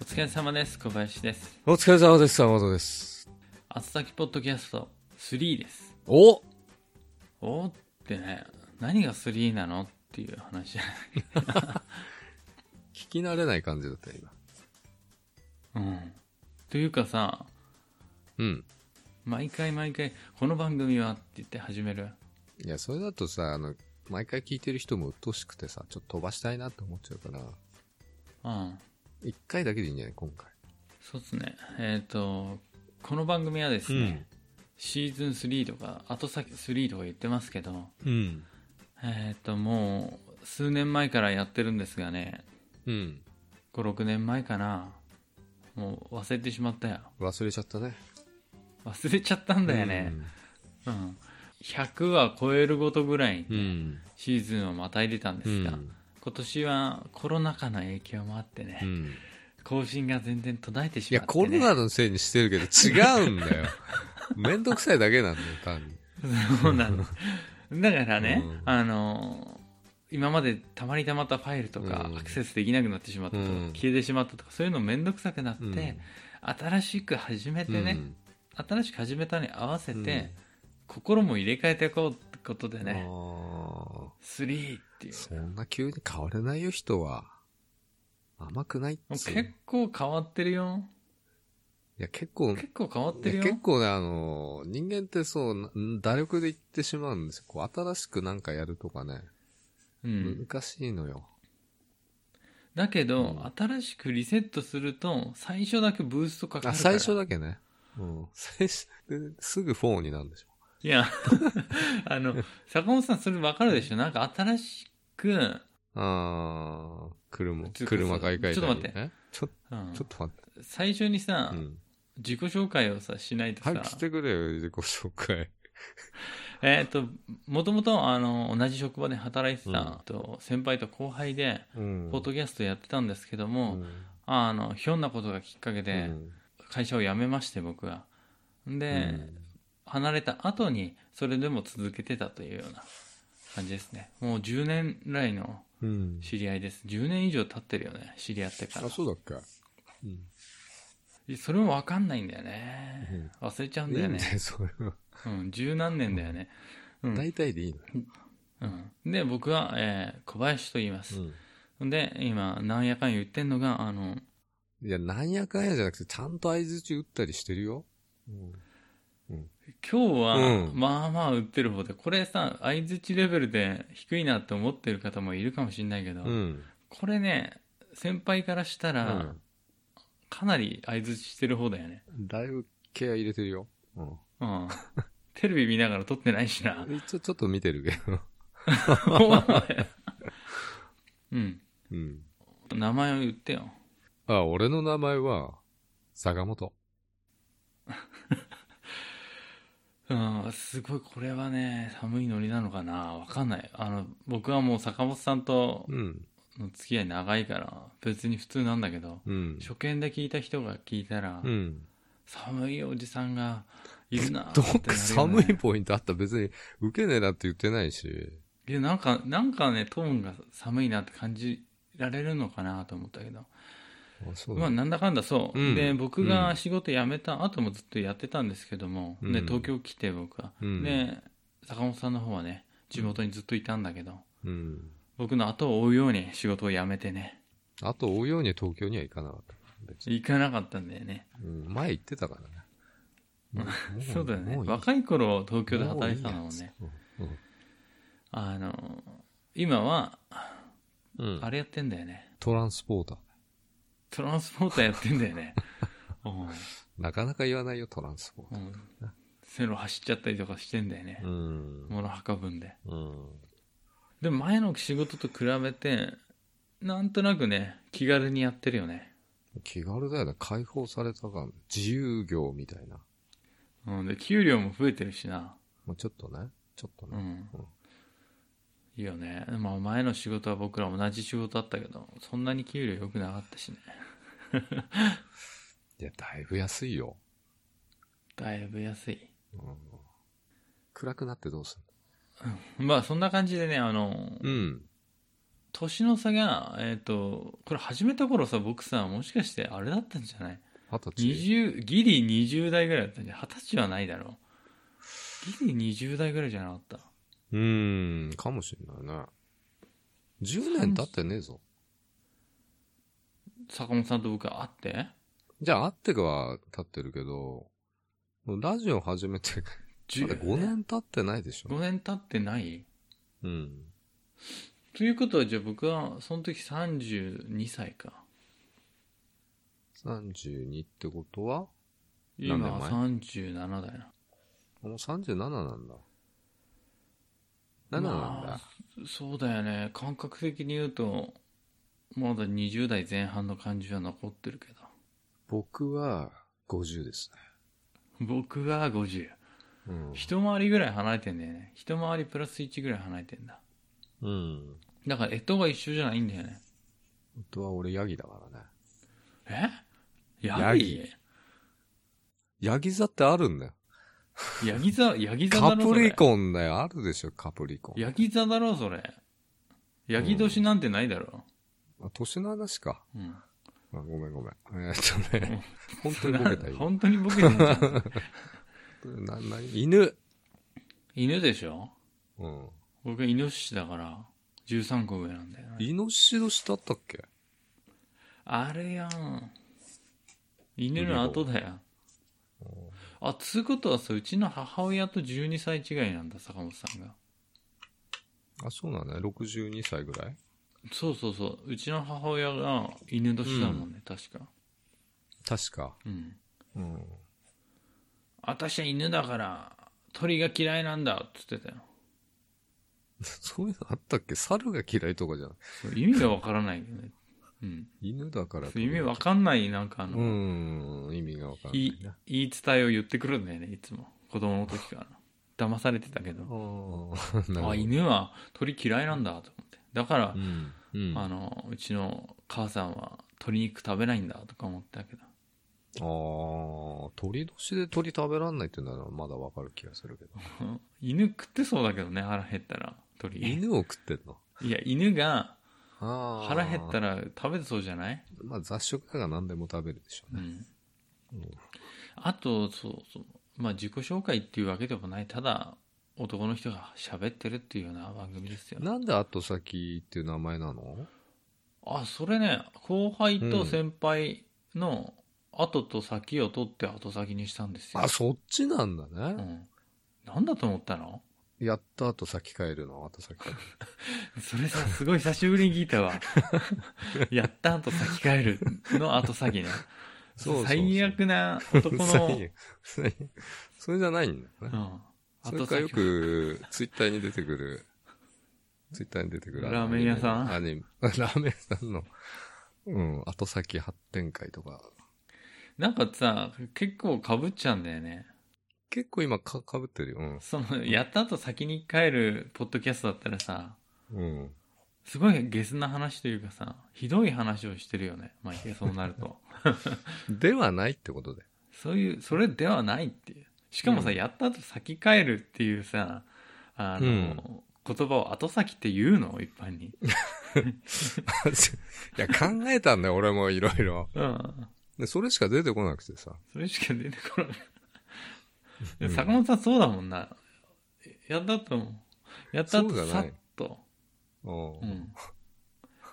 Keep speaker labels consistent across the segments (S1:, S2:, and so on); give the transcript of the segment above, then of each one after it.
S1: 疲れ様です。小林です。
S2: お疲れ様です、山本です。
S1: 厚崎ポッドキャスト3です。
S2: お
S1: おーってね、何が3なのっていう話 じゃ
S2: 聞き慣れない感じだったよ、今。
S1: ない。うん。というかさ、
S2: うん。
S1: 毎回毎回、この番組はって言って始める。
S2: いや、それだとさ、あの、毎回聞いてる人も鬱陶しくてさ、ちょっと飛ばしたいなって思っちゃうから、
S1: うん。
S2: 一回だけでいいんじゃない今回。
S1: そうっすね。えっ、と、この番組はですね、。シーズン3とか、後先3とか言ってますけど、
S2: うん。
S1: えっ、と、もう、数年前からやってるんですがね、
S2: うん。
S1: 5、6年前かな。もう忘れてしまったよ。
S2: 忘れちゃったね。
S1: 忘れちゃったんだよね。うん、100は超えるごとぐらい
S2: うん。うん。
S1: シーズンをまたいでたんですが、
S2: うん
S1: 今年はコロナ禍の影響もあってね、
S2: うん。
S1: 更新が全然途絶えて
S2: い
S1: しまっ
S2: や、
S1: て、ね、
S2: コロナのせいにしてるけど違うんだよ。めんどくさいだけなんだよ、単に。
S1: そうなのだからね、
S2: うん
S1: あの今までたまりたまったファイルとか
S2: うん
S1: アクセスできなくなってしまったとか、
S2: うん
S1: 消えてしまったとかそういうの面倒くさくなって、
S2: うん
S1: 新しく始めてね、新しく始めたに合わせて、心も入れ替えていこうってことで
S2: うん、
S1: ね、
S2: あ
S1: 3ってい
S2: ー
S1: う
S2: そんな急に変われないよ、人は。甘くないっ
S1: もう
S2: つう
S1: 結構変わってるよ
S2: いや、結構、
S1: 結構変わってる
S2: いや
S1: よ
S2: 結構ね、あの、人間ってそう、なん打力でいってしまうんですよ。こう、新しくなんかやるとかね、
S1: うん、
S2: 難しいのよ。
S1: だけど、
S2: うん
S1: 新しくリセットすると最初だけブーストかか
S2: あ、
S1: るから
S2: 最初だけね。うん。最初、ですぐ4になるんでしょ。
S1: いや あの坂本さんそれ分かるでしょなんか新しく、
S2: あー、車、
S1: ちょ
S2: 車買い替えたり
S1: ちょっと待って
S2: えちょ、
S1: うん
S2: ちょっと待って。
S1: 最初にさ、
S2: うん。
S1: 自己紹介をさしないとさ、
S2: 早くしてくれよ、自己紹介。
S1: えっ、ともともとあの同じ職場で働いてた、
S2: うん
S1: と先輩と後輩で
S2: うん
S1: ポッドキャストやってたんですけども、
S2: うん
S1: あのひょんなことがきっかけで会社を辞めまして僕はで、
S2: うん
S1: 離れた後にそれでも続けてたというような感じですねもう10年来の
S2: うん。
S1: 知り合いです10年以上経ってるよね知り合ってから
S2: あ、そうだっけうん。
S1: それも分かんないんだよね忘れちゃうんだ
S2: いい
S1: よ
S2: ん
S1: ね
S2: だよ、それは。
S1: うん十何年だよねうん
S2: 大体でいいのよ。
S1: うん、で僕は、えー小林と言います、で今なんやかんや言ってんのがあの
S2: いや、なんやかんやじゃなくて、ちゃんと合図打ったりしてるよ。
S1: 今日は
S2: うん
S1: まあまあ売ってる方で、これさ相づちレベルで低いなって思ってる方もいるかもしれないけど、
S2: うん。
S1: これね先輩からした
S2: う
S1: ら、
S2: ん。
S1: かなり相づちしてる方だよね
S2: だいぶケア入れてるよ。うん。
S1: うん テレビ見ながら撮ってないしな
S2: 一応ちょっと見てるけど。
S1: お前うん
S2: うん。
S1: 名前を言ってよ
S2: あ、俺の名前は、坂本。
S1: うん、すごいこれはね寒いノリなのかなわかんないあの僕はもう坂本さんと
S2: うん。
S1: の付き合い長いから別に普通なんだけど
S2: うん。
S1: 初見で聞いた人が聞いたら、
S2: うん。
S1: 寒いおじさんがいるなーって
S2: ど
S1: なるよ
S2: っ
S1: ね
S2: か寒いポイントあった別に、受けねえなって言ってないし。
S1: いやなんかなんかねトーンが寒いなって感じられるのかなと思ったけど、
S2: あ、そう
S1: まあ
S2: だ。
S1: なんだかんだそう、
S2: うん
S1: で僕
S2: う
S1: が
S2: ん
S1: 仕事辞めた後もずっとやってたんですけども、
S2: うん
S1: で東京来て僕は、
S2: うん
S1: で坂本さんの方はね地元にずっといたんだけど、
S2: うん。
S1: 僕の後を追うように仕事を辞めてね
S2: あと、追うように東京には行かなかった。別に。
S1: 行かなかったんだよね、
S2: うん。前行ってたからね。も
S1: そうだよね
S2: もいい
S1: 若い頃東京で働いてたのもね
S2: もういいや
S1: あの今は
S2: うん。うん。
S1: あれやってんだよね
S2: トランスポーター。
S1: トランスポーターやってんだよ ねうん
S2: なかなか言わないよ、トランスポー
S1: うん線路走っちゃったりとかしてんだよね
S2: ター。うん。
S1: 物運ぶんで
S2: うん。
S1: でも前の仕事と比べてなんとなくね気軽にやってるよね、
S2: 気軽だよね。解放されたから、自由業みたいな。
S1: うん、で給料も増えてるしな
S2: まあ、ちょっとね。ちょっと
S1: う
S2: ね。
S1: んいいよね、まあ、前の仕事は僕ら同じ仕事だったけどそんなに給料良くなかったしね
S2: いや、だいぶ安いよ。
S1: だいぶ安い
S2: うん。暗くなってどうす
S1: まあそんな感じでねあの、
S2: るの
S1: 年の差が、えっ、と、これ始めた頃さ、僕さ、もしかしてあれだったんじゃない
S2: 二十歳。
S1: 20ギリ20代ぐらいだったんじゃない20歳はないだろうギリ20代ぐらいじゃなかった
S2: うーん、かもしれないね。10年経ってねえぞ。
S1: 坂本さんと僕は会って
S2: じゃあ、あってかは経ってるけど、ラジオ始めて、まだ5年経ってないでしょ。
S1: 5年経ってない
S2: うん。
S1: ということはじゃあ僕はその時32歳か
S2: 32ってことは
S1: 今
S2: 何年前
S1: 37だよな
S2: もう37なんだ。7なんだ。
S1: まあそうだよね感覚的に言うとまだ20代前半の感じは残ってるけ
S2: 僕は50です
S1: ど僕は50
S2: ね。
S1: 一回りぐらい離れてんだよね一回りプラス1ぐらい離れてんだ
S2: うん。うん。
S1: だから干支が一緒じゃないんだよね
S2: 本当は俺ヤギだからね。
S1: えヤ
S2: ヤ
S1: ギ
S2: ギヤギ座ってあるんだよ。
S1: ヤギ座、ヤギ座だ
S2: カ
S1: ろ
S2: プ
S1: それ
S2: リコンだよ。あるでしょ、カプリコン。
S1: ヤギ座だろそれ。ヤギ年なんてないだろ。
S2: あ年の話か。
S1: うん。
S2: あごめんごめん。えーっとね、本当にボケた 今。
S1: 本当にボケてんじゃん。
S2: なな犬。
S1: 犬でしょ
S2: うん。
S1: 僕イノシシだから、13個上なんだよな、
S2: イノシシ年だったっけ
S1: あれやん。犬の後だよ。あ、つうことはさ、うちの母親と12歳違いなんだ、坂本さんが。
S2: あ、そうなんだね。62歳ぐらい
S1: そうそうそう。うちの母親が犬年だもんね、確か。
S2: 確か。
S1: うん。
S2: うん。
S1: 私は犬だから、鳥が嫌いなんだ、っつってたよ。
S2: そういうのあったっけ猿が嫌いとかじゃない
S1: そう意味がわから ないよね。うん。
S2: 犬だから
S1: そう意味わかんない、なんかあの、
S2: うん、意味がわかんないい
S1: い
S2: な。
S1: 言い伝えを言ってくるんだよね、いつも。子供の時から。騙されてたけど。
S2: ああ、なるほど
S1: あ、。犬は鳥嫌いなんだ、と思って。だから
S2: う、ん。うん、
S1: あ
S2: あ
S1: の、うちの母さんは鶏肉食べないんだ、とか思ったけど。
S2: あー、鳥年で鳥食べらんないっていうのはまだわかる気がするけど。
S1: 犬食ってそうだけどね、腹減ったら。鳥。
S2: 犬を食ってんの
S1: いや、犬が
S2: ああ。
S1: 腹減った
S2: ら。
S1: ら食べてそうじゃない
S2: まあ雑食だが何でも食べるでしょう
S1: う
S2: ね。
S1: ん
S2: うん
S1: あと、そうそう。まあ、自己紹介っていうわけでもない、ただ、男の人が喋ってるっていうような番組ですよ。
S2: なんで後先っていう名前なの
S1: あ、それね、後輩と先輩の後と先を取って後先にしたんですよ。
S2: あ、そっちなんだ
S1: う
S2: ね。
S1: ん。なんだと思ったの
S2: やった後先帰るの、後先帰る。
S1: それさ、すごい久しぶりに聞いた わ。やった後先帰るの後先ね。
S2: そうそうそう
S1: 最悪な男の、
S2: 最悪それじゃないんだよね。
S1: うん。
S2: それかよく、ツイッターに出てくる、ツイッターに出てくる。
S1: ラーメン屋さん
S2: アニメ。 ラーメン屋さんの、うん、後先発展会とか。
S1: なんかさ、結構被っちゃうんだよね。
S2: 結構今か、かぶってるよ。
S1: その、やった後先に帰るポッドキャストだったらさ、
S2: うん。うん。
S1: すごいゲスな話というかさ、ひどい話をしてるよね。毎回そうなると。
S2: ではないってことで。
S1: そういう、それではないっていう。しかもさ、
S2: うん
S1: やった後先帰るっていうさ、あの、
S2: うん
S1: 言葉を後先って言うの一般に。
S2: いや、考えたんだよ、俺もいろいろ。
S1: うん。
S2: で、それしか出てこなくてさ。
S1: それしか出て こない。
S2: うん
S1: 坂本さんそうだもんな。やったと思う。やった後
S2: そうじゃ
S1: さ
S2: な
S1: っ
S2: い
S1: と。
S2: うん。
S1: う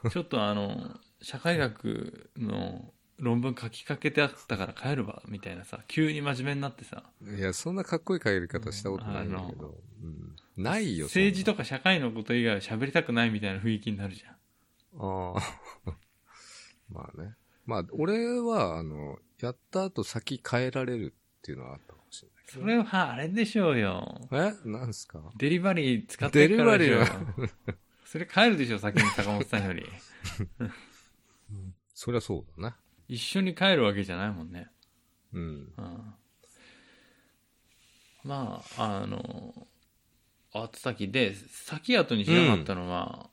S1: んちょっとあの、社会学の論文書きかけてあったから帰るわ、みたいなさ、急に真面目になってさ、
S2: いや、そんなかっこいい帰り方したことないんだけど。うん。ないよ、
S1: 政治
S2: と。
S1: とか社会のこと以外は喋りたくないみたいな雰囲気になるじゃん。
S2: ああ。 まあね。まあ、俺は、あの、やった後先変えられるっていうのはあったかもしれないけど
S1: それはあれでしょうよ。
S2: えなんすか
S1: デリバリー使ってるからでしょうよ
S2: デリ。
S1: それ帰るでしょ、先に坂本さんより。
S2: そりゃそうだな。
S1: 一緒に帰るわけじゃないもんね。
S2: うん。
S1: うん。まあ、あの、あつ先で、先後にしなかったのは、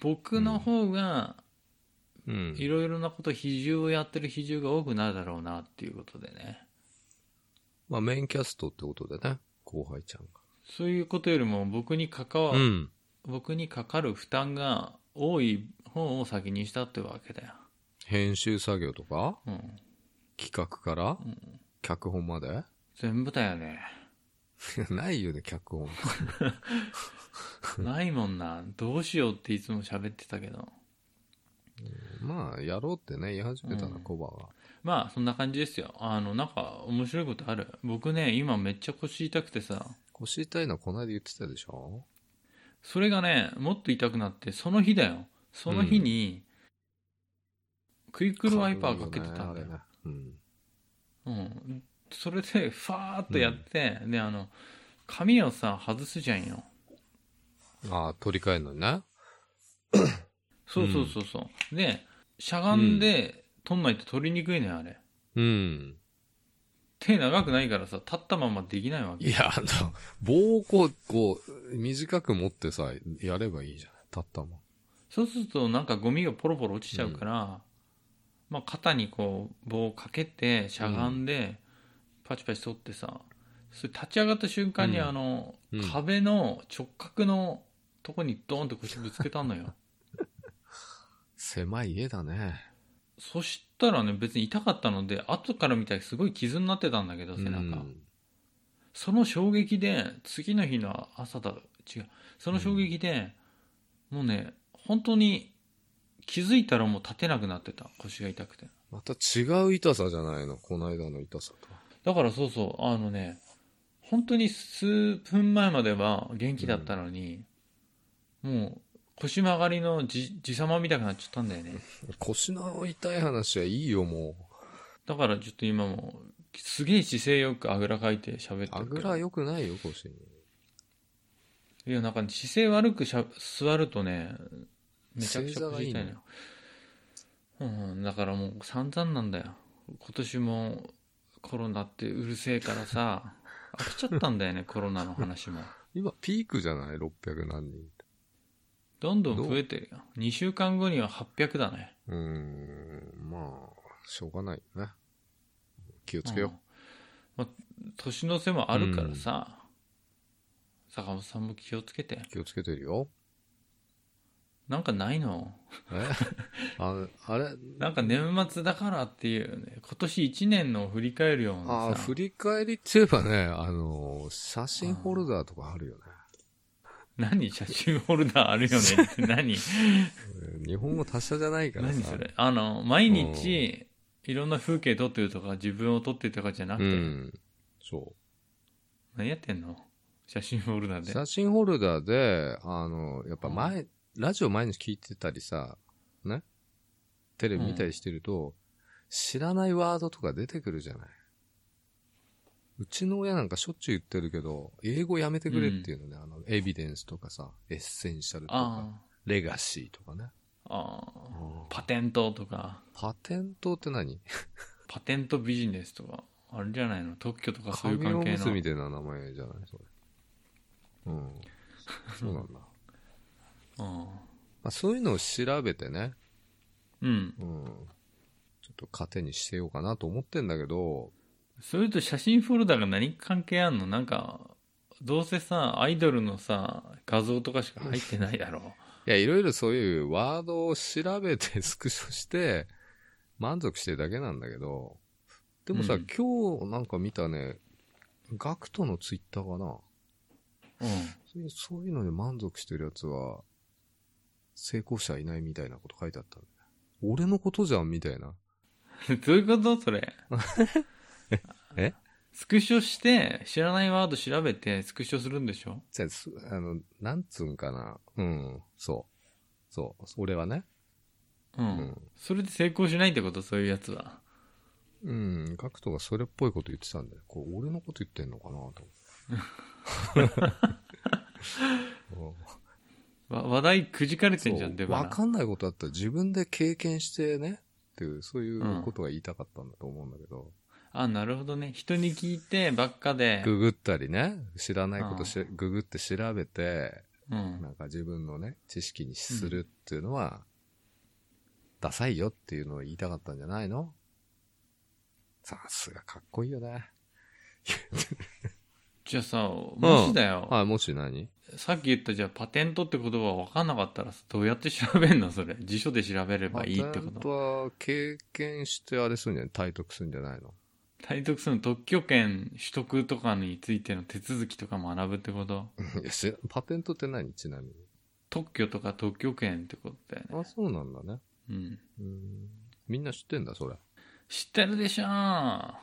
S1: 僕の方が、
S2: うん
S1: いろいろなこと、比重をやってる比重が多くなるだろうな、っていうことでね。
S2: まあ、メインキャストってことでね。後輩ちゃんが。
S1: そういうことよりも、僕に関わ、
S2: ん。
S1: 僕にかかる負担が、多い方を先にしたってわけだよ。
S2: 編集作業とか
S1: うん。
S2: 企画から、脚本まで
S1: 全部だよね。
S2: ないよね、脚本。
S1: ないもんな。どうしようっていつも喋ってたけど。
S2: まあ、やろうってね、言い始めたな、
S1: うん
S2: コバは。
S1: まあ、そんな感じですよ。あの、なんか、面白いことある。僕ね、今めっちゃ腰痛くてさ、
S2: 腰痛いのはこの間言ってたでしょ
S1: それがね、もっと痛くなって、その日だよ。その日に、クイックルワイパーかけてたんだよ。
S2: ねあれねうん。
S1: うん。それで、ファーっとやって、で、あの、髪をさ、外すじゃんよ。
S2: ああ、取り替えるのにね。
S1: そうそうそうそう。で、しゃがんで、取んないと取りにくいねあれ。
S2: うん。
S1: 手長くないからさ、立ったままできないわけ。
S2: いや、あの、棒をこう、こう、短く持ってさ、やればいいじゃん。たったもん。
S1: そうするとなんかゴミがポロポロ落ちちゃうから、まあ肩にこう棒をかけてしゃがんでパチパチ取ってさ、それ立ち上がった瞬間に
S2: うん
S1: あの、
S2: うん
S1: 壁の直角のとこにドーンと腰ぶつけたの よ
S2: 狭い家だね。
S1: そしたらね別に痛かったので後から見たらすごい傷になってたんだけど背中、
S2: うん
S1: その衝撃で次の日の朝だ違うその衝撃で、もうね本当に気づいたらもう立てなくなってた腰が痛くて
S2: また違う痛さじゃないの、この間の痛さとは。
S1: だからそうそう、あのね、本当に数分前までは元気だったのに、もう腰曲がりのじ、じさまみたいになっちゃったんだよね。
S2: 腰の痛い話はいいよ、も
S1: だからちょっと今もう、すげえ姿勢よくあぐらかいて喋ってる
S2: う。あぐ
S1: けど
S2: ら良くないよ、腰に。
S1: いや、なんか姿勢悪くしゃ座るとね、めちゃくちゃ
S2: 正座が
S1: 腰
S2: いい
S1: 痛い
S2: の
S1: のよ。うん、だからもう散々なんだよ。今年もコロナってうるせえからさ、飽きちゃったんだよね、コロナの話も。
S2: 今、ピークじゃない ?600 何人。
S1: どんどん増えてるよ。2週間後には800だね。
S2: うーん、まあ、しょうがないよね。気をつけ
S1: うん
S2: よ
S1: まあ、年の瀬もあるからさ、坂本さんも気をつけて
S2: う。。気をつけてるよ。
S1: なんかないの
S2: えああれ
S1: なんか年末だからっていうね、今年1年のを振り返るような
S2: あ
S1: さ
S2: あ、振り返りって言えばね、あの、写真ホルダーとかあるよね。
S1: 何写真ホルダーあるよね って何
S2: えー日本語達者じゃないからさ。
S1: 何それあの、毎日、いろんな風景撮ってるとか、自分を撮ってるとかじゃなく
S2: う
S1: て、
S2: ん。そ
S1: 何やってんの写真ホルダ
S2: う。
S1: ーで。
S2: 写真ホルダーで、あの、やっぱ前、ラジオ毎日聞いてたりさ、ねテレビ見たりしてると、知らないワードとか出てくるじゃない。うちの親なんかしょっちゅう言ってるけど、英語やめてくれっていうのね、あの、エビデンスとかさ、エッセンシャルとか、
S1: あ
S2: レガシーとかね。
S1: あ、ああ、パテントとか。
S2: パテントって何
S1: パテントビジネスとか、あれじゃないの特許とかそういう
S2: 紙
S1: 関
S2: おむ
S1: 係
S2: つ
S1: の
S2: み。たいな名前じゃないそれ。うん。そうなんだ。ま
S1: うん
S2: あ、そういうのを調べてね、
S1: うん。
S2: うん。ちょっと糧にしてようかなと思ってんだけど、
S1: それと写真フォルダが何関係あんのなんか、どうせさ、アイドルのさ、画像とかしか入ってないだろう。
S2: いや、いろいろそういうワードを調べて スクショして、満足してるだけなんだけど、でもさ、
S1: うん
S2: 今日なんか見たね、ガクトのツイッターかな。
S1: うん。
S2: そういうそういうので満足してるやつは、成功者いないみたいなこと書いてあったんだよ俺のことじゃんみたいな。
S1: どういうことそれ。
S2: え
S1: スクショして、知らないワード調べて、スクショするんでしょ
S2: じゃあすあの、なんつうんかな。うん、そう。そう、俺はね。
S1: うん。
S2: うん。
S1: それで成功しないってことそういうやつは。
S2: うん、ガクトがそれっぽいこと言ってたんだよ。こう、俺のこと言ってんのかな と思って
S1: わ話題くじかれてんじゃ
S2: そ
S1: ん、
S2: う
S1: 出
S2: わ
S1: 花。
S2: かんないことあったら自分で経験してね、っていう、そういうことが言いたかったんだと思うんだけど。
S1: あ、なるほどね。人に聞いてばっかで。
S2: ググったりね、知らないことし、ググって調べて、
S1: うん。
S2: なんか自分のね、知識にするっていうのは、ダサいよっていうのを言いたかったんじゃないのさすがかっこいいよね。
S1: じゃあさ、もしだよ、
S2: はい、もし何
S1: さっき言ったじゃあパテントって言葉分かんなかったらさどうやって調べんのそれ。 辞書で調べればいいってこ
S2: パテン
S1: と。
S2: トは経験してあれするんじゃない体得するんじゃないの
S1: 体得するの特許権取得とかについての手続きとか学ぶってこと
S2: いや知らパテントって何ちなみに。
S1: 特許とか特許権ってことだよね。
S2: あ、そうなんだね。
S1: うん。
S2: うん。みんな知ってんだ、それ。
S1: 知ってるでしょー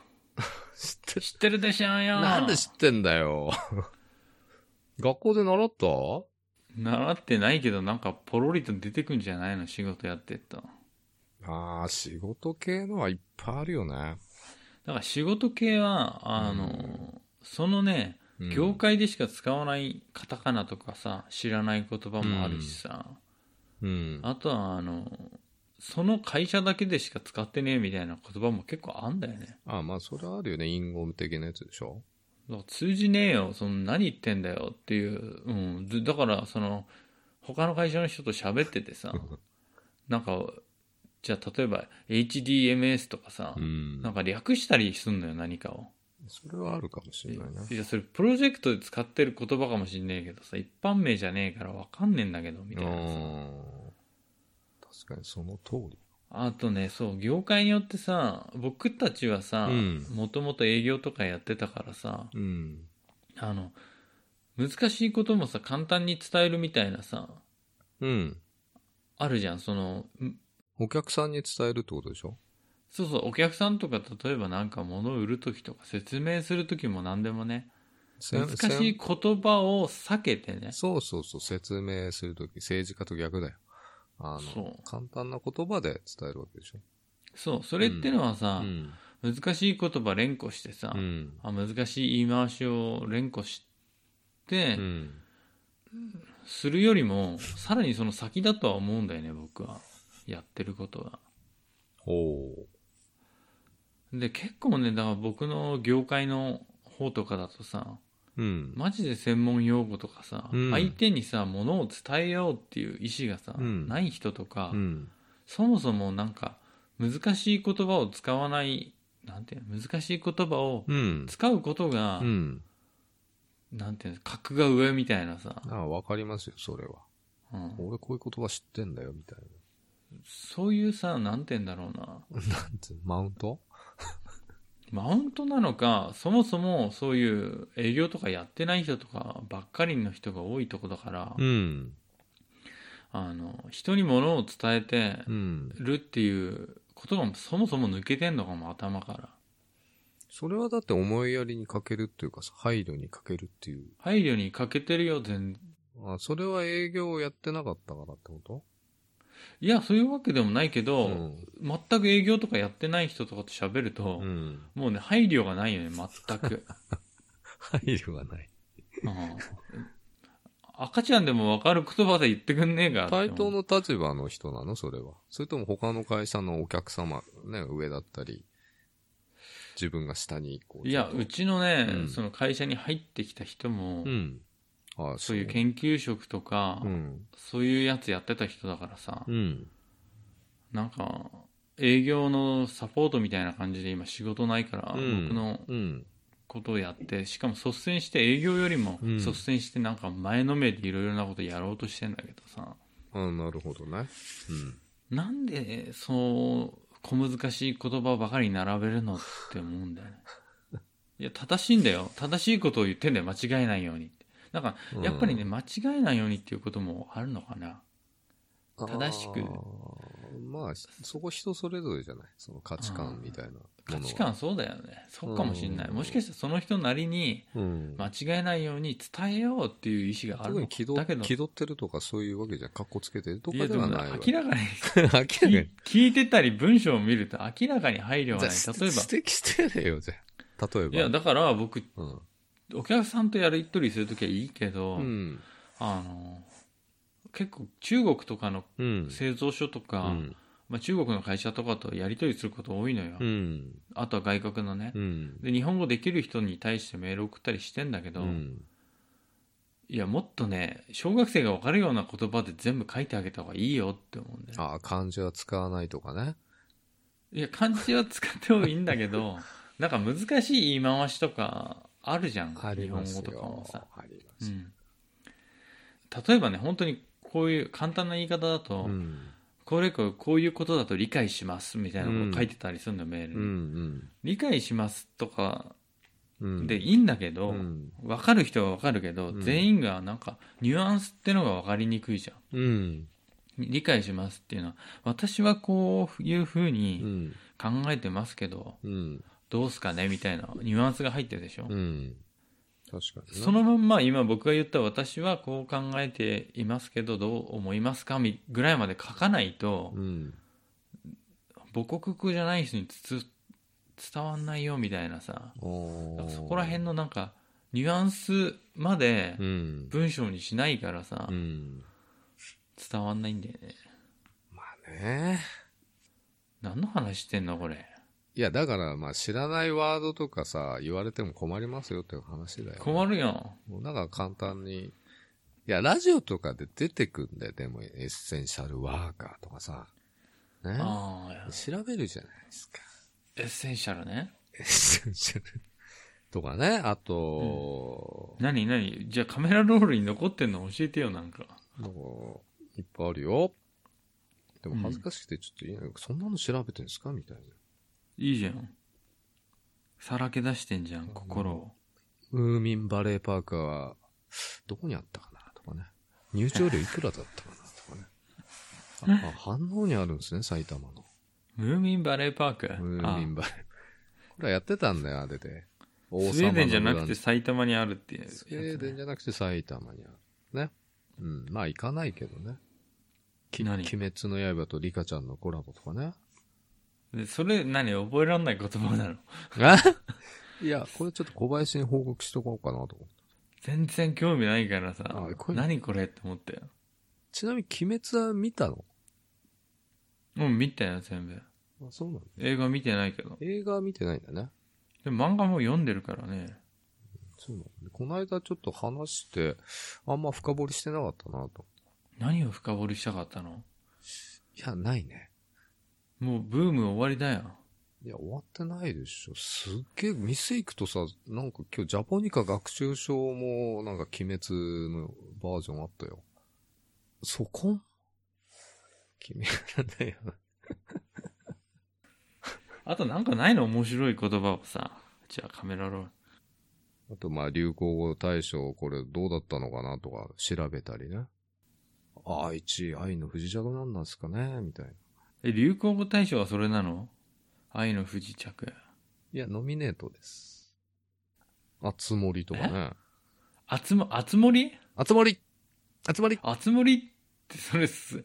S2: 知って
S1: 知ってるでしょーよー
S2: なんで知ってんだよ。 学校で習った
S1: 習ってないけどなんかポロリと出てくんじゃないの仕事やってっと。
S2: ああ、仕事系のはいっぱいあるよね。
S1: だから仕事系は、あの、
S2: うん
S1: そのね、
S2: うん
S1: 業界でしか使わないカタカナとかさ、知らない言葉もあるしさ、
S2: うん。
S1: あとはあの、その会社だけでしか使ってねえみたいな言葉も結構あんだよね。
S2: あまあ、それはあるよね。隠語的なやつでしょ。
S1: だから通じねえよ、その何言ってんだよっていう、うん、ずだからその、他の会社の人と喋ってて さ、なんか、じゃあ例えば HDMS とかさ、
S2: ん
S1: なんか略したりすんのよ、何かを。
S2: それはあるかもしれないね。
S1: いや、それプロジェクトで使ってる言葉かもしんねえけどさ、一般名じゃねえからわかんねえんだけど、みたいなさ。
S2: うん確かにその通り。
S1: あとね、そう、業界によってさ、僕たちはさ
S2: うん、
S1: もともと営業とかやってたからさ、
S2: うん。
S1: あの、難しいこともさ、簡単に伝えるみたいなさ、
S2: うん。
S1: あるじゃん、その、ん
S2: お客さんに伝えるってことでしょ
S1: そうそう、お客さんとか例えばなんか物を売るときとか説明するときも何でもね、難しい言葉を避けてね、
S2: そうそうそう、説明するとき、政治家と逆だよ。あ
S1: そ
S2: の
S1: う、
S2: 簡単な言葉で伝えるわけでしょ。
S1: そう、それってのはさ
S2: う、ん。
S1: 難しい言葉連呼してさ、
S2: うん。
S1: あ難しい言い回しを連呼して、
S2: うん。
S1: するよりもさらにその先だとは思うんだよね僕はやってることは
S2: おー
S1: で結構ねだから僕の業界の方とかだとさ
S2: うん。
S1: マジで専門用語とかさ、
S2: うん
S1: 相手にさものを伝えようっていう意思がさ、
S2: うん
S1: ない人とか、
S2: うん。
S1: そもそもなんか難しい言葉を使わないなんていうの難しい言葉を
S2: うん。
S1: 使うことが、
S2: うん。
S1: なんていうの格が上みたいなさ、
S2: あわかりますよ、それは。
S1: うん、
S2: 俺こういう言葉知ってんだよ、みたい
S1: そういうさ、なんて言うんだろうな。
S2: な。なんつうのマウント
S1: マウントなのか、そもそもそういう営業とかやってない人とかばっかりの人が多いとこだから、
S2: ん。
S1: あの、人に物を伝えて
S2: うん。
S1: るっていうことがそもそも抜けてんのかも、頭から。
S2: それはだって思いやりに欠けるっていうかさ、配慮に欠けるっていう。
S1: 配慮に欠けてるよ、全
S2: あ、それは営業をやってなかったからってこと
S1: いや、そういうわけでもないけど、
S2: ん。
S1: 全く営業とかやってない人とかと喋ると、
S2: うん。
S1: もうね、配慮がないよね、全 く。
S2: 配慮がない。
S1: うん赤ちゃんでもわかる言葉で言ってくんねえかって思う
S2: 対等の立場の人なのそれは。それとも他の会社のお客様、ね、上だったり、自分が下にこう。
S1: いや、
S2: ちょっ
S1: うちのね、
S2: うん
S1: その会社に入ってきた人も、
S2: とうん。あ
S1: そういう研究職とか、
S2: うん。
S1: そういうやつやってた人だからさ、
S2: うん。
S1: なんか、営業のサポートみたいな感じで今仕事ないから、
S2: うん
S1: 僕の
S2: うん。
S1: ことをやって、しかも率先して営業よりも
S2: うん
S1: 率先してなんか前のめりでいろいろなことやろうとしてんだけどさ、
S2: あなるほどね。
S1: なんでそう小難しい言葉ばかり並べるのって思うんだよね。いや、正しいんだよ。正しいことを言ってんだよ。間違えないようにって。なんか、
S2: うん。
S1: やっぱりね、間違えないようにっていうこともあるのかな。
S2: あー、
S1: 正しく
S2: まあ、そこ人それぞれじゃないその価値観みたいなもの
S1: 価
S2: は
S1: 値観そうだよね。そうかもしんない。
S2: うん
S1: もしかしたらその人なりに、
S2: うん。
S1: 間違えないように伝えようっていう意思がある
S2: 特
S1: の
S2: に
S1: か
S2: 気取
S1: だけど、
S2: 気取ってるとかそういうわけじゃん。格好つけてると
S1: い
S2: か
S1: や
S2: で
S1: で
S2: は
S1: も
S2: ないわ
S1: 明らかに、
S2: 明らかに。
S1: 聞聞いてたり文章を見ると明らかに配慮がない。
S2: じゃあ
S1: 例え
S2: 指摘してやれよ、じゃあ例えば。
S1: ば、いや、だから僕、
S2: うん。
S1: お客さんとやり取りするときはいいけど、
S2: うん。
S1: あの、結構中国とかの
S2: うん。
S1: 製造所とか、
S2: うん
S1: まあ、中国の会社とかとやり取りすること多いのよ。
S2: うん。
S1: あとは外国のね。
S2: うん。
S1: で日本語できる人に対してメール送ったりしてんだけ
S2: う
S1: ど、
S2: ん。
S1: いやもっとね小学生が分かるような言葉で全部書いてあげた方がいいよって思うんだよ
S2: ああ、漢字は使わないとかね。
S1: いや漢字は使ってもいいんだけどなんか難しい言い回しとかあるじゃん。
S2: あ
S1: 日
S2: り
S1: 本語
S2: ます
S1: とかも
S2: よ。
S1: さ。
S2: ありま
S1: う
S2: すよ。
S1: ん。例えばね、本当にこういう簡単な言い方だと、
S2: うん。
S1: これこれこういうことだと理解しますみたいなこと書いてたりするんだよ、メール
S2: う
S1: に、
S2: んうん。
S1: 理解しますとか
S2: うん。
S1: でいいんだけ
S2: う
S1: ど、
S2: ん。
S1: 分かる人は分かるけど、
S2: うん
S1: 全員がなんかニュアンスってのが分かりにくいじゃん
S2: うん。
S1: 理解しますっていうのは私はこういうふう
S2: う
S1: に
S2: ん。
S1: 考えてますけど、
S2: うん。
S1: どうすかねみたいなニュアンスが入ってるでしょ、
S2: うん。確かにな。
S1: そのまんま今僕が言った私はこう考えていますけどどう思いますかみぐらいまで書かないと、
S2: うん。
S1: 母国語じゃない人につつ伝わんないよみたいなさ
S2: お
S1: だから
S2: ー
S1: そこら辺のなんかニュアンスまで
S2: うん。
S1: 文章にしないからさ、
S2: うん。
S1: 伝わんないんだよね
S2: まあね。
S1: 何の話してんのこれ
S2: いや、だから、まあ、知らないワードとかさ、言われても困りますよっていう話だよ。
S1: 困るよ
S2: もうなんか簡単に。いや、ラジオとかで出てくんだよ。でも、エッセンシャルワーカーとかさ。ね。
S1: ああ
S2: 調べるじゃないですか。
S1: エッセンシャルね
S2: エッセンシャル。とかね。あと、
S1: 何何じゃあカメラロールに残ってんの教えてよなんか
S2: なんか、いっぱいあるよ。でも恥ずかしくてちょっと言えない。そんなの調べてんですかみたいな。
S1: いいじゃんさらけ出してんじゃん心を
S2: ムーミンバレーパークは、どこにあったかなとかね。入場料いくらだったかなと かね。あ、あ反応にあるんですね、埼玉の。
S1: ムーミンバレーパーク
S2: ムーミンバレー。これはやってたんだよ、あれで。
S1: あ
S2: 王
S1: スウェーデンじゃな
S2: 様
S1: く
S2: のブラ
S1: て
S2: ンチ
S1: 埼玉にあるっていうやつね
S2: スウェーデンじゃなくて埼玉にある。ね。うん。まあ行かないけどね。き
S1: 何
S2: 鬼滅の刃とリカちゃんのコラボとかね。
S1: でそれ何覚えらんない言葉なの
S2: いや、これちょっと小林に報告しとこうかなと思って。
S1: 全然興味ないからさ
S2: あこれ
S1: 何これって思ったよ
S2: ちなみに鬼滅は見たの
S1: もう見たよ全部
S2: あ、そうなの
S1: 映画見てないけど
S2: 映画は見てないんだね。
S1: でも漫画も読んでるからね
S2: そうなんだこの間ちょっと話して、あんま深掘りしてなかったなと。
S1: 何を深掘りしたかったの
S2: いや、ないね。
S1: もうブーム終わりだよ
S2: いや、終わってないでしょ。すっげえ、店行くとさ、なんか今日ジャポニカ学習症も、なんか鬼滅のバージョンあったよ。そこん君なんだよ。
S1: あとなんかないの面白い言葉をさじゃあカメラロール
S2: あと、まあ、流行語大賞、これどうだったのかなとか調べたりね。ああ、1位、愛の不時着なんなんすかねみたいな。
S1: え流行語大賞はそれなの愛の不時着
S2: いや、ノミネートです。あつ森とかね。
S1: あつもあつ森
S2: あつ森あつ森
S1: あつ森ってそれす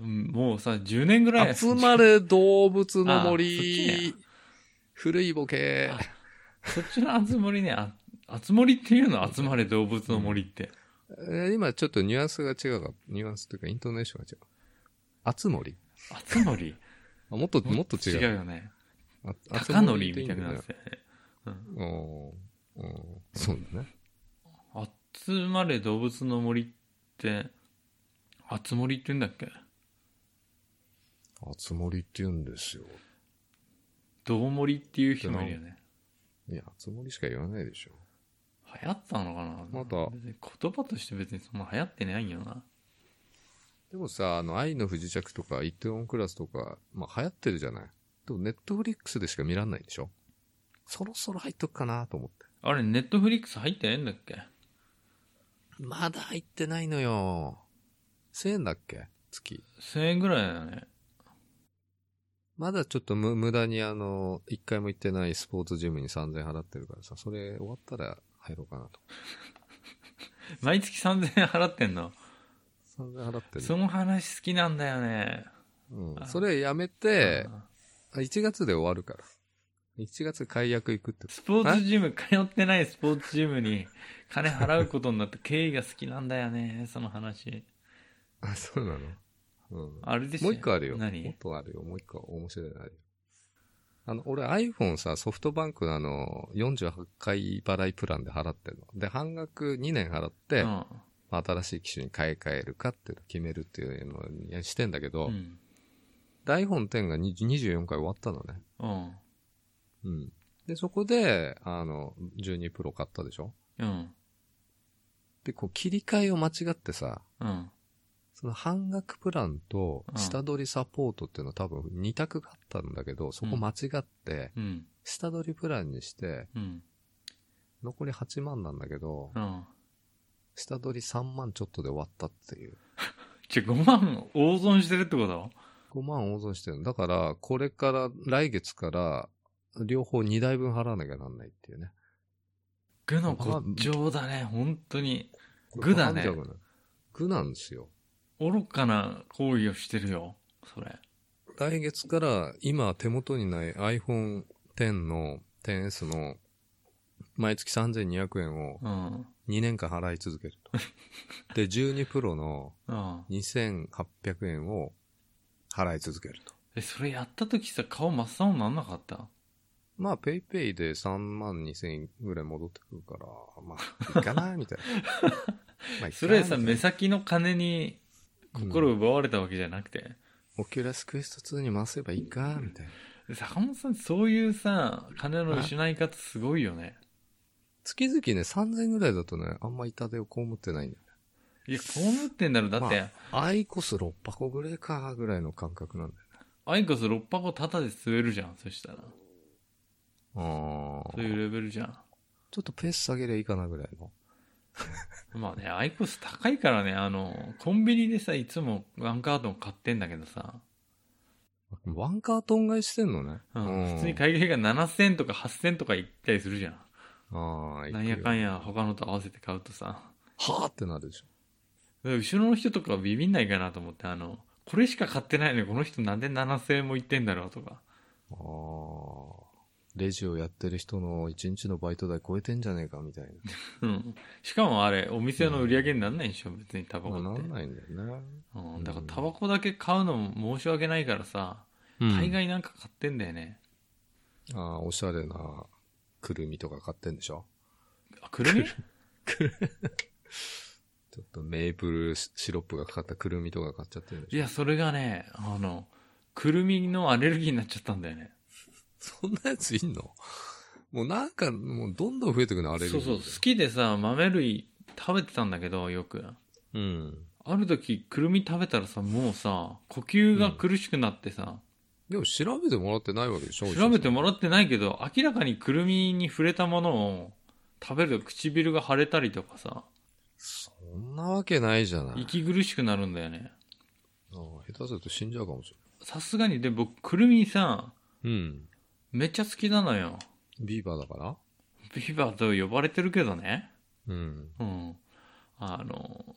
S1: うんもうさ10年ぐらい
S2: 集まれ動物の
S1: あそっち
S2: 森古いボケ
S1: あそっちのあつ森ねああつ森っていうの集まれ動物の森って、
S2: えー今ちょっとニュアンスが違うか、ニュアンスというかイントネーションが違う。あつ森
S1: あつ森
S2: あもっと、 もっと違う。
S1: よね。
S2: あ
S1: 高のりみたいにな
S2: あ
S1: ってたよね。
S2: つ森っていいんだようんうんそうだね。
S1: 集まれ動物の森って、あつ森って言うんだっけ
S2: あつ森って言うんですよ。
S1: どう森っていう人もいるよね。
S2: いや、あつ森しか言わないでしょ。
S1: 流行ったのかな
S2: また
S1: 別に言葉として別にそんな流行ってないよな。
S2: でもさ、あの、愛の不時着とか、イテオンクラスとか、まあ流行ってるじゃない。でも、ネットフリックスでしか見らんないでしょそろそろ入っとくかなと思って。
S1: あれ、ネットフリックス入ってないんだっけ
S2: まだ入ってないのよ。1000円だっけ月。
S1: ?1000 円ぐらいだよね。
S2: まだちょっとむ無駄にあの、一回も行ってないスポーツジムに3000円払ってるからさ、それ終わったら入ろうかなと。
S1: 毎月3000円払ってんの。
S2: 3000円払ってる。
S1: その話好きなんだよね。
S2: うん。それやめて、
S1: あ
S2: あ1月で終わるから。1月解約行くってこと。
S1: スポーツジム、通ってないスポーツジムに金払うことになった経緯が好きなんだよね、その話。
S2: あ、 そうなのうん。
S1: あれでしょ
S2: もう一個あるよ。もっ
S1: 何
S2: とあるよ。もう一個面白いのあるよ。あの、俺 iPhone さ、ソフトバンクのあの、48回払いプランで払ってるの。で、半額2年払って、
S1: うん
S2: 新しい機種に買い替えるかっていうのを決めるっていうのにしてんだけど、
S1: うん。
S2: で iPhone X が20 24回終わったのね。
S1: うん。
S2: うん。で、そこで、あの、12プロ買ったでしょ
S1: うん。
S2: で、こう、切り替えを間違ってさ、
S1: うん。
S2: その半額プランと
S1: うん
S2: 下取りサポートっていうのは多分2択があったんだけど、そこ間違って、
S1: うん。
S2: 下取りプランにして、
S1: うん。
S2: 残り8万なんだけど
S1: う、ん。
S2: 下取り3万ちょっとで終わったっていう。
S1: じゃ、5万、大損してるってこと
S2: 5万大損してるのだから、これから、来月から、両方2台分払わなきゃなんないっていうね。
S1: 具の骨頂だね、本当に。
S2: こ
S1: 愚
S2: れ
S1: だね
S2: バカみたいな愚なんですよ。
S1: 愚かな行為をしてるよ、それ。
S2: 来月から今手元にない iPhone X の 10S の毎月3200円を
S1: うん。
S2: 2年間払い続けると。 で、12 Pro の
S1: うん。
S2: 2800円を払い続けると。
S1: え、それやった時さ、顔真っ青になんなかった
S2: まあ、ペイペイで3万2000円ぐらい戻ってくるから、まあ、いいかな、みたい な。まあ、
S1: それさ、
S2: め
S1: 目先の金に心を奪われたわけじゃなくて。
S2: オキュラスクエスト2に回せばいいか、みたいな。
S1: で坂本さん、そういうさ、金の失い方すごいよね。
S2: 月々ね、3000円ぐらいだとね、あんま痛手をこう思ってないんだよ。
S1: いや、こうなってんだろ。だって、
S2: アイコス6箱ぐらいか、ぐらいの感覚なんだよ。
S1: アイコス6箱タダで吸えるじゃん、そしたら。
S2: あ
S1: そういうレベルじゃん。
S2: ちょっとペース下げりゃいいかな、ぐらいの。
S1: まあね、アイコス高いからね、あの、コンビニでさ、いつもワンカートン買ってんだけどさ、
S2: ワンカートン買いしてんのね。
S1: うん
S2: うん
S1: 普通に会計が7000とか8000とか行ったりするじゃん。
S2: ああ、
S1: なんやかん
S2: や。
S1: や他のと合わせて買うとさ。
S2: はーってなるでしょ。
S1: だから後ろの人とかはビビんないかなと思って、あの、これしか買ってないのにこの人なんで7000円も行ってんだろうとか。
S2: ああ。レジをやってる人の1日のバイト代超えてんじゃねえか、みたい
S1: うん。しかもあれ、お店の売り上げになんないんでしょ、別にタ
S2: な。
S1: バ
S2: ま
S1: コ
S2: あ、
S1: っ
S2: な
S1: て。
S2: んないんだよね。
S1: うん、だからタバコだけ買うのも申し訳ないからさ、大概なんか買ってんだよね。
S2: ああ、おしゃれな、くるみとか買ってんでしょ
S1: あ、くるみ
S2: ちょっとメープルシロップがかかったくるみとか買っちゃってるでしょ
S1: いや、それがね、あの、くるみのアレルギーになっちゃったんだよね。
S2: そんなやついんのもうなんか、もうどんどん増えてくの、あれ
S1: そうそう、好きでさ、豆類食べてたんだけど、よく。
S2: うん。
S1: ある時、くるみ食べたらさ、もうさ、呼吸が苦しくなってさ、
S2: でも調べてもらってないわけでしょ
S1: 調べてもら
S2: っ
S1: ってないけど、明らかにくるみに触れたものを食べると唇が腫れたりとかさ、
S2: そんなわけないじゃない。
S1: 息苦しくなるんだよね。
S2: ああ下手すると死んじゃうかもし
S1: さすがに、で、僕、くるみさ、
S2: れない。うん。
S1: めっちゃ好きなのよ。
S2: ビーバーだから
S1: ビーバーと呼ばれてるけどね。
S2: うん。
S1: うん。あの、好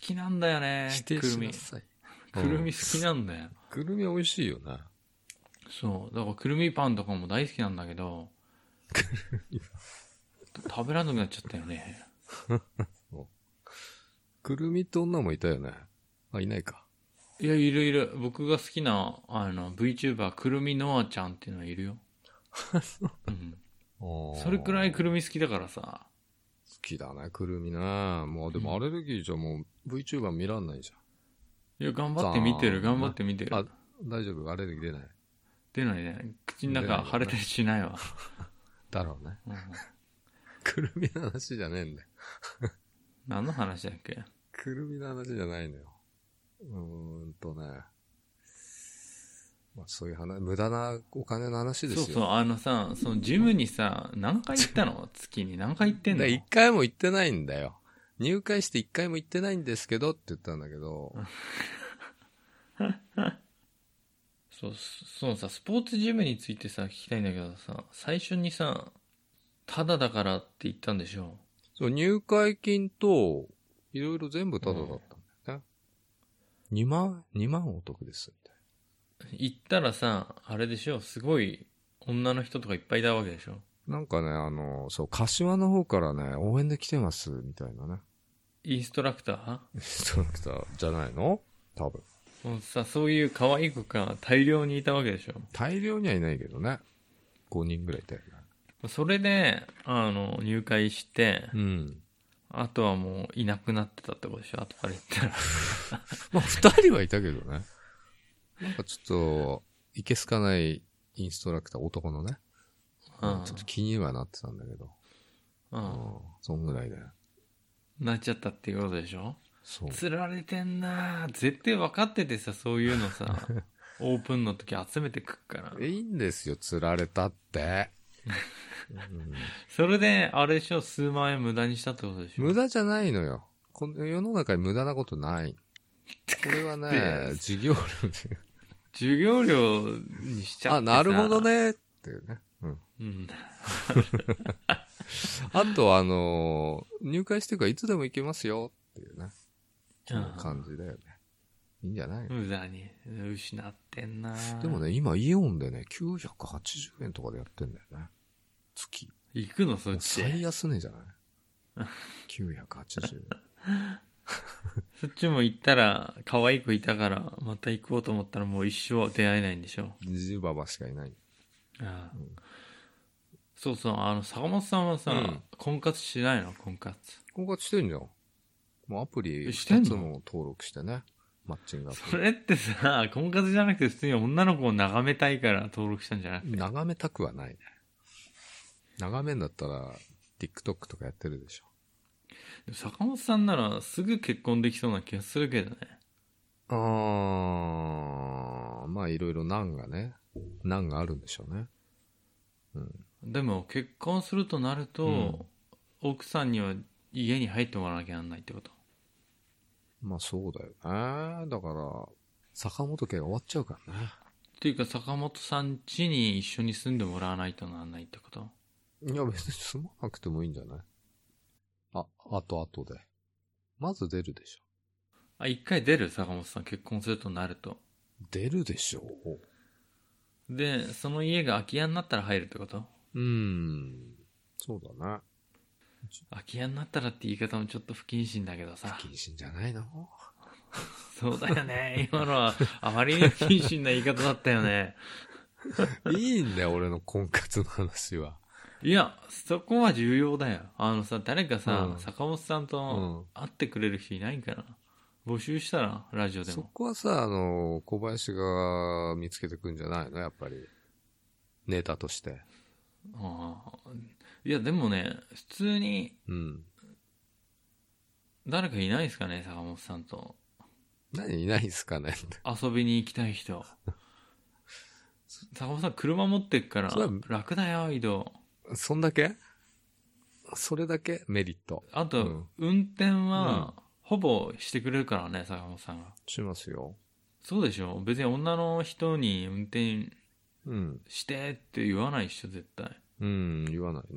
S1: きなんだよね。くるみ。
S2: さい。
S1: くるみ好きなんだよ。
S2: くるみ美味しいよね。
S1: そう。だからくるみパンとかも大好きなんだけ ど、食べられなくなっちゃったよね。
S2: くるみって女もいたよね。あ、いないか。
S1: いや、いるいる。僕が好きな、あの、VTuber、くるみのあちゃんっていうのはいる よ。うん。そ
S2: そ
S1: れくらいく
S2: 好
S1: るみ好きだからさ。
S2: きだね、くるみね。もうでもアレルギーじゃもう VTuber 見らんないじ
S1: いや、頑張って見てる、
S2: ざーん
S1: 頑張って見て
S2: あ
S1: る。
S2: ゃん。大丈夫アレルギー出ない。
S1: 出ないね。口の中腫れたりしないわ。
S2: だろうね。
S1: うん、
S2: くるみの話じゃねえんだよ
S1: 何の話だっけ
S2: くるみの話じゃないのよ。うーんとね。まあそういう話、無駄なお金の話です
S1: そ
S2: よ。
S1: うそう、あのさ、そのジムにさ、何回行ったの月に何回行ってん
S2: だか
S1: の
S2: ら一回も行ってないんだよ。入会して一回も行ってないんですけどって言ったんだけど、
S1: そう、そそのさ、スポーツジムについてさ、聞きたいんだけどさ、最初にさ、タダだからって言ったんでしょ
S2: そう入会金と、いろいろ全部タダだったんだよね。2万、2万お得です、みたい
S1: 行ったらさ、あれでしょすごい女の人とかいっぱいいたわけでしょ
S2: な。なんかね、あの、そう、柏の方からね、応援で来てます、みたいなね。
S1: インストラクター
S2: ストラクターじゃないの多分。
S1: もうさ、そういう可愛い子が大量にいたわけでしょ
S2: 大量にはいないけどね。5人ぐらいいたよね。
S1: それで、あの、入会して、
S2: うん。
S1: あとはもういなくなってたってことでしょ後から行ったら。
S2: まあ、二人はいたけどね。なんかちょっと、いけすかないインストラクター、男のね。
S1: うん
S2: ちょっと気にはなってたんだけど。
S1: う
S2: うん
S1: ん。
S2: そんぐらいだよ。
S1: なっちゃったっていうことでしょ
S2: そう。
S1: 釣られてんなぁ絶対分かっててさ、そういうの さ、オープンの時集めてくっから。
S2: いいんですよ、釣られたって。うん
S1: それで、あれでしょ、数万円無駄にしたってことでしょ
S2: 無駄じゃないのよ。この世の中に無駄なことない。これはね
S1: で、
S2: 事業料
S1: 授業料にしち
S2: で。
S1: ゃ
S2: あ、
S1: ってさ
S2: なるほど。ね。っていうね。うん。
S1: うん。
S2: あと、あのー入会してからいつでも行けますよ。っていうね。そういう感じだよね。いいんじゃない、
S1: 無駄に、失ってんなぁ
S2: でも。ね、今イオンでね、980円とかでやってんだよね。月。
S1: 行くの、そっち。
S2: 最安値じゃない ?980 円。
S1: そっちも行ったら、可愛い子いたから、また行こうと思ったらもう一生出会えないんでしょ。
S2: ジジババしかいない。
S1: ああ
S2: うん
S1: そうそう、あの、坂本さんはさ、
S2: うん
S1: 婚活しないの婚活。
S2: 婚活してんじゃん。もうアプリ
S1: えしてん
S2: 2
S1: の
S2: つも登録してね。マッチングア
S1: そ
S2: プ
S1: れってさ、婚活じゃなくて普通に女の子を眺めたいから登録したんじゃなくて。
S2: リ。眺めたくはないね。眺めんだったら、TikTok とかやってるでしょ。
S1: でも坂本さんならすぐ結婚できそうな気がするけどね。
S2: あー、まあいろいろ難がね、難があるんでしょうね。
S1: でも結婚するとなると、
S2: うん
S1: 奥さんには家に入ってもらわなきゃなんないってこと。
S2: まあそうだよね。だから、坂本家が終わっちゃうからね。
S1: っていうか坂本さん家に一緒に住んでもらわないとならないってこと
S2: いや、別に住まなくてもいいんじゃないあ、あとあとで。まず出るでしょ。
S1: あ、一回出る坂本さん結婚するとなると。
S2: 出るでしょう。
S1: で、その家が空き家になったら入るってこと
S2: うーん。そうだな。
S1: 空き家になったらって言い方もちょっと不謹慎だけどさ。
S2: 謹慎じゃないの
S1: そうだよ ね。今のはあまりに不謹慎な言い方だったよね。
S2: いいんだよ、俺の婚活の話は。
S1: いや、そこは重要だよ。あのさ、誰かさ、
S2: うん
S1: 坂本さんと会ってくれる人いないんかな。募集したら、ラジオで
S2: そ
S1: も。
S2: こはさ、あの、小林が見つけてくんじゃないのやっぱり。ネタとして。
S1: ああいや、でもね、普通に
S2: うん。
S1: 誰かいないですかね、坂本さんと。
S2: 何いないんすかね
S1: 遊びに行きたい人。坂本さん、車持ってっから
S2: それは、
S1: 楽だよ、移動。
S2: そんだけそれだけメリット。
S1: あと、
S2: うん
S1: 運転は、ほぼしてくれるからね、坂本さんが。
S2: しますよ。
S1: そうでしょ別に女の人に運転
S2: うん。
S1: してって言わないっしょ、絶対。
S2: うん、言わない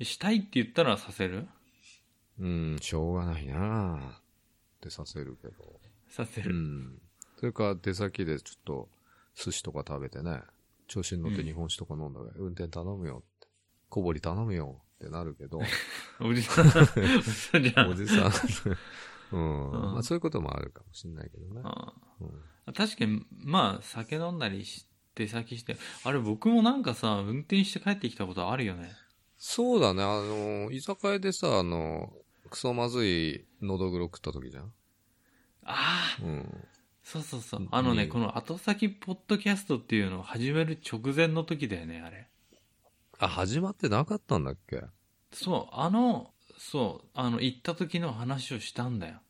S2: ね。
S1: したいって言ったらさせる
S2: うん、しょうがないなってさせるけど。
S1: させ
S2: う
S1: る。
S2: ん。それか、出先でちょっと、寿司とか食べてね、調子に乗って日本酒とか飲んだら、運転頼むよって、小堀頼むよってなるけど、
S1: おじさん、おじさんじゃ
S2: お
S1: ん。
S2: じさん、 うん、
S1: うん
S2: まあそういうこともあるかもしれないけどね。
S1: あ
S2: うん
S1: あ確かに、まあ、酒飲んだりして、先して。あれ、僕もなんかさ、運転して帰ってきたことあるよね。
S2: そうだね、あの、居酒屋でさ、あの、クソまずいのどぐろ食った時じゃん。
S1: ああ、
S2: うん。。
S1: そうそうそううんあのね、
S2: うん
S1: この後先ポッドキャストっていうのを始める直前の時だよね、あれ。
S2: あ、始まってなかったんだっけ
S1: そう、あの、そう、あの、行った時の話をしたんだよ。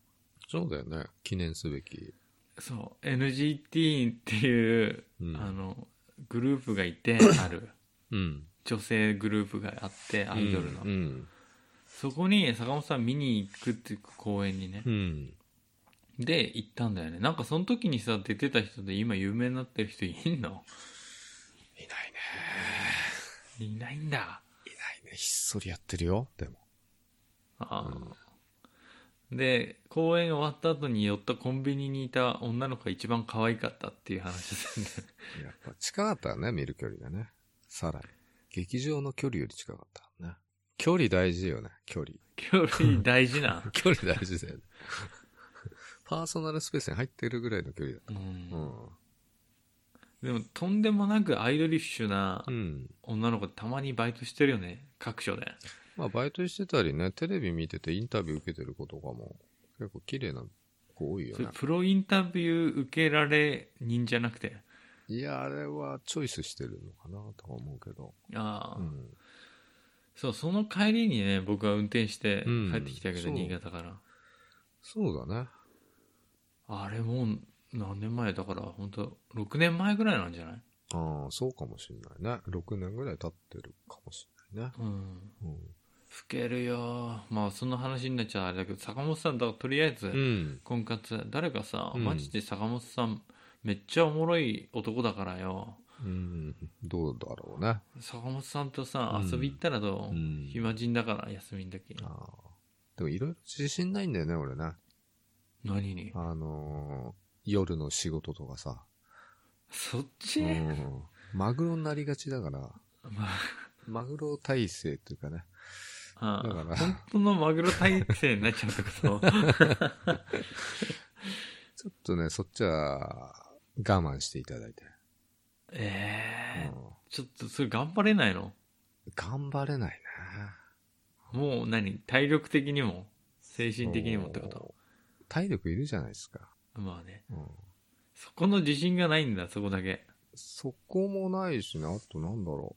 S2: そうだよね。記念すべき。
S1: そう、NGT っていう、
S2: うん。
S1: あの、グループがい て、ある。
S2: うん。
S1: 女性グループがあってアイドルの、
S2: うんうん
S1: そこに坂本さん見に行くっていう公演にね
S2: う、ん。
S1: で行ったんだよねなんかその時にさ出てた人で今有名になってる人いんの
S2: いないね。
S1: いないんだ
S2: いないね。ひっそりやってるよ、でも。
S1: あー、で公演終わった後に寄ったコンビニにいた女の子が一番可愛かったっていう話だったんだ よね
S2: やっぱ近かったよね、見る距離がね。さらに。劇場の距離より近かったね。距離大事よね、距離。
S1: 距離大事 な、
S2: 距離大事だよね。 パーソナルスペースに入ってるぐらいの距離だ。
S1: うん
S2: うん。
S1: でもとんでもなくアイドリッシュな
S2: うん。
S1: 女の子たまにバイトしてるよね各所で
S2: まあ、バイトしてたりね、テレビ見ててインタビュー受けてる子とかも、結構綺麗な子多いよ
S1: それ
S2: ね。
S1: プロインタビュー受けられ人じゃなくて
S2: いや、あれはチョイスしてるのかなとは思うけど。
S1: ああ、
S2: うん。
S1: そう、その帰りにね、僕は運転して
S2: うん
S1: 帰ってきたけど、
S2: そう
S1: 新潟から。
S2: そうだね。
S1: あれもう何年前だから、本当6年前ぐらいなんじゃない
S2: ああ、そうかもしんないね。6年ぐらい経ってるかもしんないね。
S1: うん。
S2: うん。
S1: 老けるよ。まあ、その話になっちゃあれだけど、坂本さん、だからとりあえず、
S2: うん。
S1: 婚活、誰かさ、
S2: うん
S1: マジで坂本さん、めっちゃおもろい男だからよ。
S2: うん。どうだろうね。
S1: 坂本さんとさ、
S2: うん
S1: 遊び行ったらどう、
S2: ん
S1: 暇人だから、休みの時。
S2: ああ。でもいろいろ自信ないんだよね、俺ね。
S1: 何に
S2: あのー夜の仕事とかさ。
S1: そっ
S2: う
S1: ち、
S2: ん。マグロになりがちだから、
S1: ま
S2: マグロ体制っていうかね。
S1: あ、
S2: だ から
S1: 本当のマグロ体制になっちゃうってこと
S2: ちょっとね、そっちは我慢していただいて。う
S1: ええ
S2: ん、
S1: ちょっとそれ頑張れないの
S2: 頑張れないね。
S1: もう何体力的にも精神的にもってこと
S2: そう体力いるじゃないですか。
S1: まあね。
S2: うん、
S1: そこの自信がないんだ、そこだけ。
S2: そこもないしね、あとなんだろ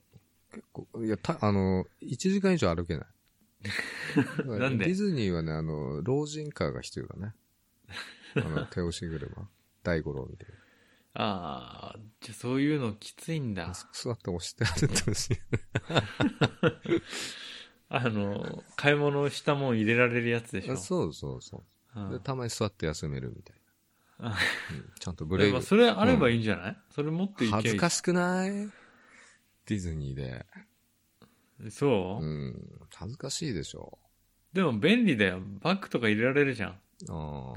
S2: う。結構、いや、た、あの、1時間以上歩けない。
S1: なんで
S2: ディズニーはね、あの、老人カーが必要だね。あの、手押し車。大五郎みたい
S1: ああ、じゃあそういうのきついん
S2: な。
S1: だ。
S2: 座って押して歩いてほしい。
S1: あの、買い物したもん入れられるやつでしょ。
S2: そうそうそうう。
S1: ん
S2: でたまに座って休めるみたいな。
S1: あ
S2: うんちゃんとブレー
S1: まあ
S2: キ
S1: それあればいいんじゃない、それ持っていけばい
S2: 恥ずか
S1: し
S2: しくないディズニーで。
S1: そうう、
S2: ん。恥ずかしいでしょ。
S1: でも便利だよ。バッグとか入れられるじゃん。
S2: あ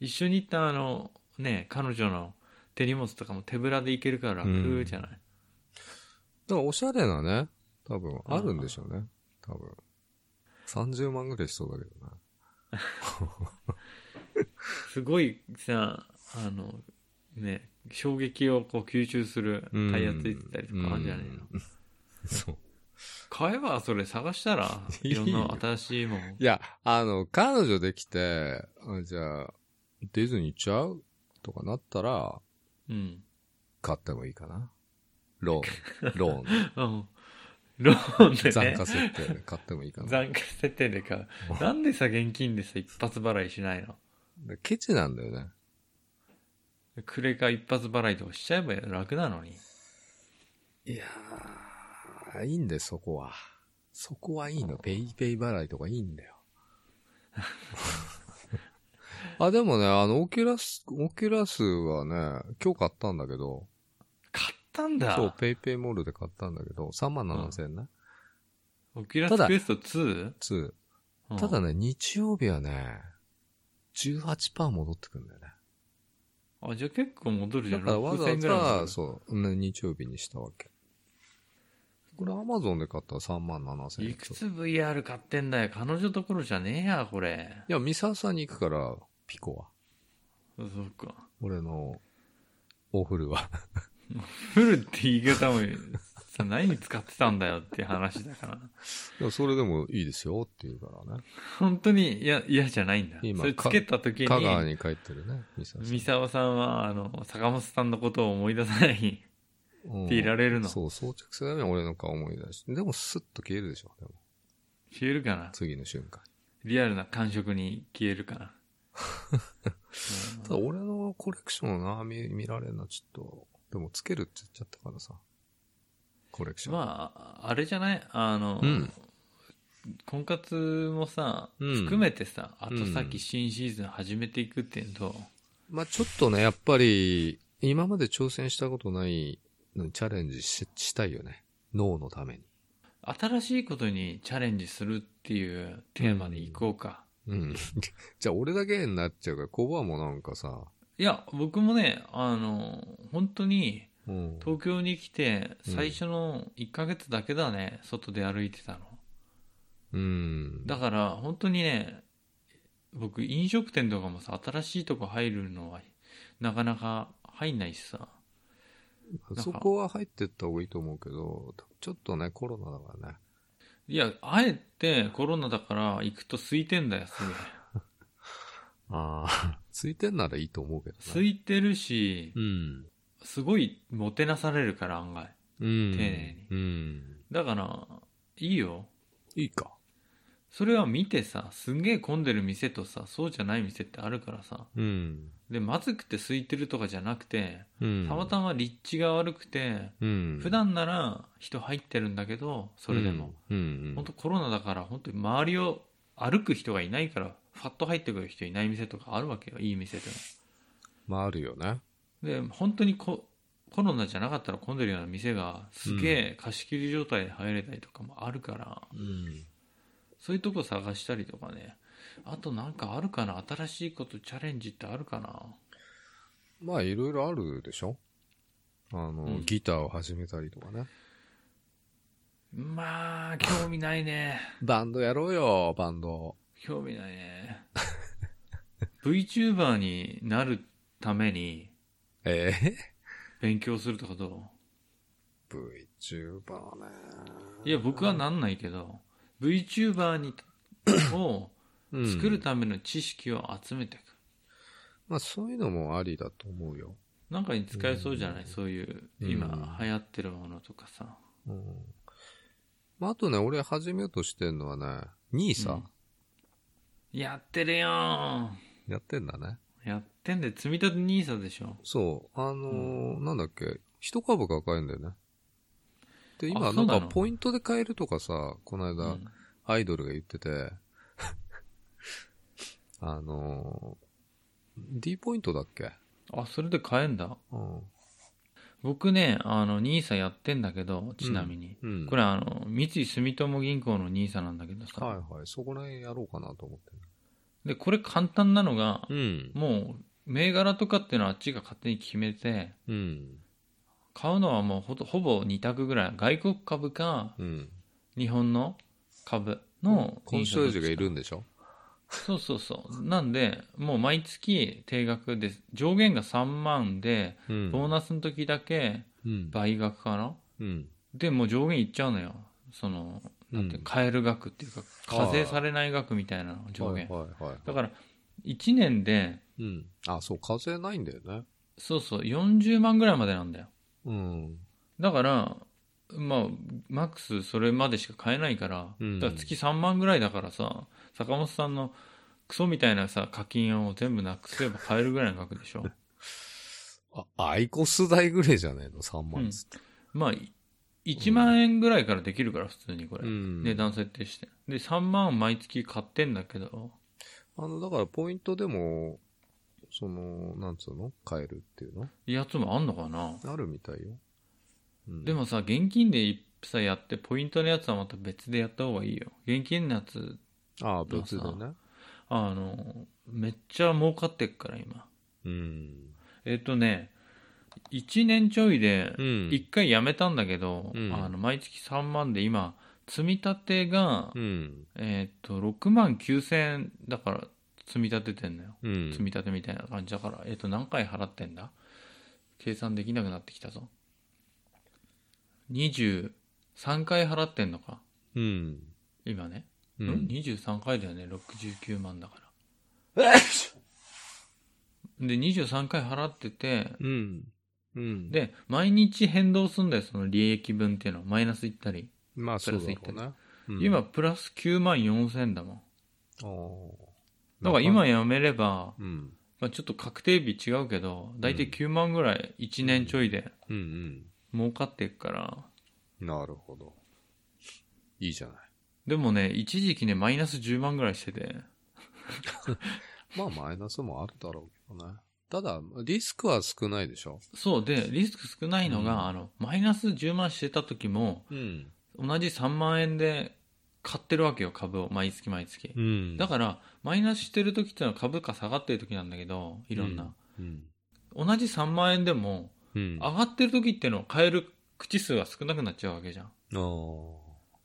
S1: 一緒に行ったあの、ね、彼女の手荷物とかも手ぶらで行けるから
S2: う
S1: 楽
S2: ん
S1: じゃない、
S2: あ。だからおしゃれなね、多分あるんでしょうね。多分。30万ぐらいしそうだけどな。
S1: すごいさ、あの、ね、衝撃をこう吸収する
S2: うん
S1: タイヤついてたりとかあるんじゃないの、
S2: うん そう。
S1: 買えばそれ探した ら、
S2: い
S1: い
S2: い
S1: ろ
S2: よ
S1: んな新しいもん
S2: い。や、あの、彼女できて、あじゃあ、ディズニー行っちゃうとかなったら、
S1: うん。
S2: 買ってもいいかな。ロ ーン、ローンで、
S1: うん。ローンで
S2: 残
S1: ね
S2: 価。設定で買ってもいいかな。
S1: 残価設定で買う。なんでさ、現金でさ、一発払いしないの
S2: ケチなんだよね。
S1: クレカ一発払いとかしちゃえば楽なのに。
S2: いやー、いいんだよ、そこは。そこはいいの。ペイペイ払いとかいいん だよ。あ、でもね、あの、オキュラス、オキュラスはね、今日買ったんだけど、
S1: 買ったんだ。
S2: そう、ペイペイモールで買ったんだけど、3万7千円ね。
S1: オキュラ
S2: た
S1: ス
S2: だ
S1: クエスト 2?
S2: 2。ただ
S1: うん
S2: ね、日曜日はね、18%戻ってくんだよね。
S1: あ、じゃあ結構戻るじゃ
S2: だ
S1: ん。
S2: からわざわ
S1: 6000ぐらい戻
S2: ざ、
S1: る
S2: そう、ね日曜日にしたわけ。これアマゾンで買ったら3万7千円。
S1: いくつ VR 買ってんだよ。彼女どころじゃねえや、これ。
S2: いや、三沢さんに行くから、ピコは。
S1: そっか。
S2: 俺の、おフルは。
S1: フルって言い方も、さ、何に使ってたんだよって話だから。
S2: でもそれでもいいですよって言うからね。
S1: 本当に嫌、嫌じゃないんだ。
S2: 今
S1: それつけた時
S2: 香川
S1: に、
S2: に帰ってるね、三沢さん。
S1: 三沢さんは、あの、坂本さんのことを思い出さない。ていられるの
S2: うんそう、装着するために俺の顔思い出して。でも、スッと消えるでしょ、でも。
S1: 消えるかな
S2: 次の瞬間。
S1: リアルな感触に消えるか な。
S2: ただ、俺のコレクションをな、見見られるのはちょっと、でも、つけるって言っちゃったからさ。コレクション。
S1: まあ、あれじゃないあの、
S2: うん
S1: 婚活もさ、
S2: うん
S1: 含めてさ、あとさっ
S2: う
S1: き
S2: ん
S1: 新シーズン始めていくっていうのと、
S2: まあ、ちょっとね、やっぱり、今まで挑戦したことないのにチャレンジししたいよね。脳のために。
S1: 新しいことにチャレンジするっていうテーマでいこうか。
S2: うん。じゃあ、俺だけになっちゃうから、コバもなんかさ、
S1: いや、僕もね、あの、本当に、
S2: うん。
S1: 東京に来て、
S2: うん
S1: 最初の1ヶ月だけだね、外で歩いてたの。
S2: うん。
S1: だから、本当にね、僕、飲食店とかもさ、新しいとこ入るのは、なかなか入んないしさ。ら
S2: そこは入ってった方がいいと思うけど、ちょっとね、コロナだからね。
S1: いや、あえてコロナだから行くと空いてんだよ、すげえ
S2: ああ。ついてんならいいと思うけどね。
S1: 空いてるし、
S2: うん。
S1: すごいもてなされるから案外。
S2: うん。
S1: 丁寧
S2: に。うん。
S1: だから、いいよ。
S2: いいか。
S1: それは見てさ、すんげえ混んでる店とさ、そうじゃない店ってあるからさ。
S2: うん。
S1: で、まずくて空いてるとかじゃなくて、
S2: うん。
S1: たまたま立地が悪くて、
S2: うん。
S1: 普段なら人入ってるんだけど、それでも。
S2: うん。うん。
S1: 本当コロナだから、本当に周りを歩く人がいないから、ファッと入ってくる人いない店とかあるわけよ、いい店でも。
S2: まあ、あるよね。
S1: で本当にココロナじゃなかったら混んでるような店がすげえ貸し切り状態で入れたりとかもあるから、
S2: うん。
S1: そういうとこ探したりとかねあとなんかあるかな新しいことチャレンジってあるかな
S2: まあ、いろいろあるでしょあの、
S1: うん
S2: ギターを始めたりとかね。
S1: まあ興味ないね
S2: バンドやろうよ、バンド。
S1: 興味ないね VTuber になるために
S2: ええ
S1: 勉強するとかど
S2: VTuber ね。
S1: ういや、僕はなんないけど VTuber にを作る
S2: うん
S1: ための知識を集めていく、
S2: まあ、そういうのもありだと思うよ。
S1: なんかに使えそうじゃない、そういう今
S2: うん
S1: 流行ってるものとかさ、
S2: うん。まあ、あとね、俺始めようとしてんのはね、ニーサ、
S1: やってるよー
S2: やってんだね。
S1: やってんで積み立て NISA でしょ
S2: そう。あのーなんだっけ、一株が買えんだよね。で、今、
S1: あ
S2: な
S1: そ
S2: ん
S1: うなの
S2: かポイントで買えるとかさ、この
S1: う
S2: 間、
S1: ん
S2: アイドルが言っ てて、あのー、D ポイントだっけ
S1: あそれで買えんだ
S2: うん。
S1: 僕ねあの NISA やってんだけどちなみに、
S2: うん。
S1: これあの三井住友銀行の NISA なんだけどさ、
S2: はいはい。そこら辺やろうかなと思って
S1: でこれ簡単なのが、
S2: る。
S1: もう銘柄とかっていうのはあっちが勝手に決めて
S2: うん。うん。
S1: 買うのはもうほとほぼ2択ぐらい外国株か
S2: うん。
S1: 日本の株の
S2: コンシェルジュがい
S1: る
S2: るんでしょ
S1: そうそうそう。なんで、もう毎月定額で、上限が3万で、
S2: うん
S1: ボーナスの時だけ
S2: うん。
S1: 倍額かな。
S2: うん。
S1: で、もう上限いっちゃうのよ。その、なんていう
S2: う
S1: の、
S2: ん
S1: 買える額っていうか、課税されない額みたいな上限。
S2: はいはいはい。
S1: だから、1年で、
S2: うん。あ、そう、課税ないんだよね。
S1: そうそう、40万ぐらいまでなんだよ。
S2: うん。
S1: だから、まあ、マックスそれまでしか買えないから、
S2: うん
S1: だから月3万ぐらいだからさ、坂本さんのクソみたいなさ、課金を全部なくせば買えるぐらいの額でしょ。
S2: あ、アイコス代ぐらいじゃないの ?3 万っつって。
S1: まあ、い1万円ぐらいからできるから、普通にこれ。
S2: ん
S1: 値段設定して。で、3万毎月買ってんだけど、
S2: あの、だからポイントでも、その、なんつうの買えるっていうの
S1: やつもあんのかな
S2: あるみたいよ。うん
S1: で、もさ、現金でさ、やって、ポイントのやつはまた別でやった方がいいよ。現金のやつ、
S2: ああ、別でね。
S1: あの、めっちゃ儲かってっから、今。
S2: うん。
S1: えっ、とね、1年ちょいで、
S2: ん
S1: 1回やめたんだけど、
S2: うん
S1: あの毎月3万で今、積み立てが、
S2: うん。
S1: えっ、と、6万9000円だから、積み立ててんのよ。
S2: うん
S1: 積み立てみたいな感じだから、えっ、と、何回払ってんだ計算できなくなってきたぞ。23回払ってんのか
S2: うん。
S1: 今ね。
S2: う
S1: うん
S2: ん。
S1: 23回だよね。69万だから。で、23回払ってて、
S2: うん。うん。、
S1: で、毎日変動すんだよ、その利益分っていうの。マイナスいったり。
S2: まあ、そうだろ
S1: プ
S2: う
S1: ラ
S2: ね。うん
S1: 今、、プラス9万4千だもん。
S2: あー
S1: だから今、やめれば、
S2: うん。
S1: まあ、ちょっと確定日違うけど、だいたい9万ぐらい1年ちょいで
S2: うん
S1: 儲かっていくから、
S2: うん。なるほど。いいじゃない。
S1: でもね、一時期ね、マイナス10万ぐらいしてて。
S2: まあ、マイナスもあるだろうけどね。ただ、リスクは少ないでしょ
S1: そうで、リスク少ないのが、
S2: うん
S1: あの、マイナス10万してた時も、
S2: うん。
S1: 同じ3万円で買ってるわけよ、株を。毎月毎月。
S2: うん。
S1: だから、マイナスしてる時ってのは株価下がってる時なんだけど、いろんな。
S2: うん。
S1: 同じ3万円でも、
S2: うん。あ
S1: 上がってる時ってのを買える口数が少なくなっちゃうわけじゃん。
S2: ー。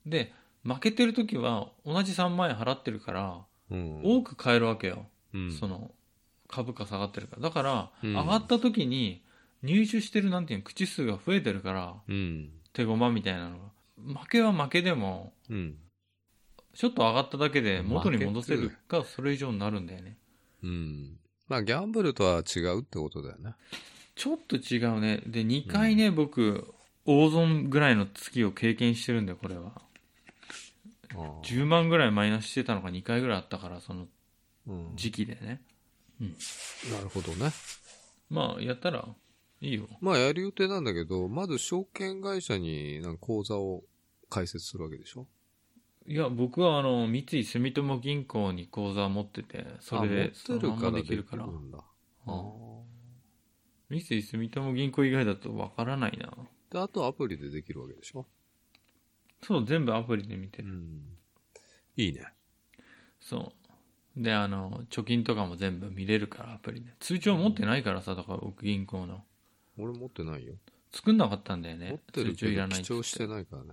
S1: で、負けてる時は、同じ3万円払ってるから、
S2: うん。
S1: 多く買えるわけよ。
S2: うん
S1: その株価下がってるからだから、
S2: うん
S1: 上がった時に入手してるなんていうの口数が増えてるから
S2: うん。
S1: 手駒みたいなのが負けは負けでも
S2: うん。
S1: ちょっと上がっただけで元に戻せ
S2: 負
S1: る
S2: け
S1: かそれ以上になるんだよね
S2: うん。まあ、ギャンブルとは違うってことだよね。
S1: ちょっと違うね。で、2回ね、僕、大損ぐらいの月を経験してるんだよ、これは。
S2: あー
S1: 10万ぐらいマイナスしてたのが2回ぐらいあったから、その
S2: うん
S1: 時期でね。
S2: なるほどね。
S1: まあ、やったら、いいよ。
S2: まあやる予定なんだけど、まず証券会社になんか口座を開設するわけでしょ
S1: いや、僕は、あの、三井住友銀行に口座を持ってて、それで、
S2: あ持
S1: そ
S2: って
S1: の
S2: るか
S1: ま
S2: ら
S1: まで
S2: でき
S1: き
S2: る
S1: る
S2: か。
S1: からら
S2: う。んだあ
S1: うん
S2: ー
S1: 三井住友銀行以外だとわからないな。
S2: で、あとアプリでできるわけでしょ
S1: そう、全部アプリで見て
S2: う
S1: る。
S2: ん。いいね。
S1: そう。で、あの、貯金とかも全部見れるから、アプリで。通帳持ってないからさ、だから僕銀行の。
S2: 俺持ってないよ。
S1: 作んなかったんだよ
S2: 持っ
S1: ね。
S2: て
S1: 通
S2: る
S1: 帳
S2: け
S1: い
S2: ど
S1: らないっつって
S2: 記帳してないからね。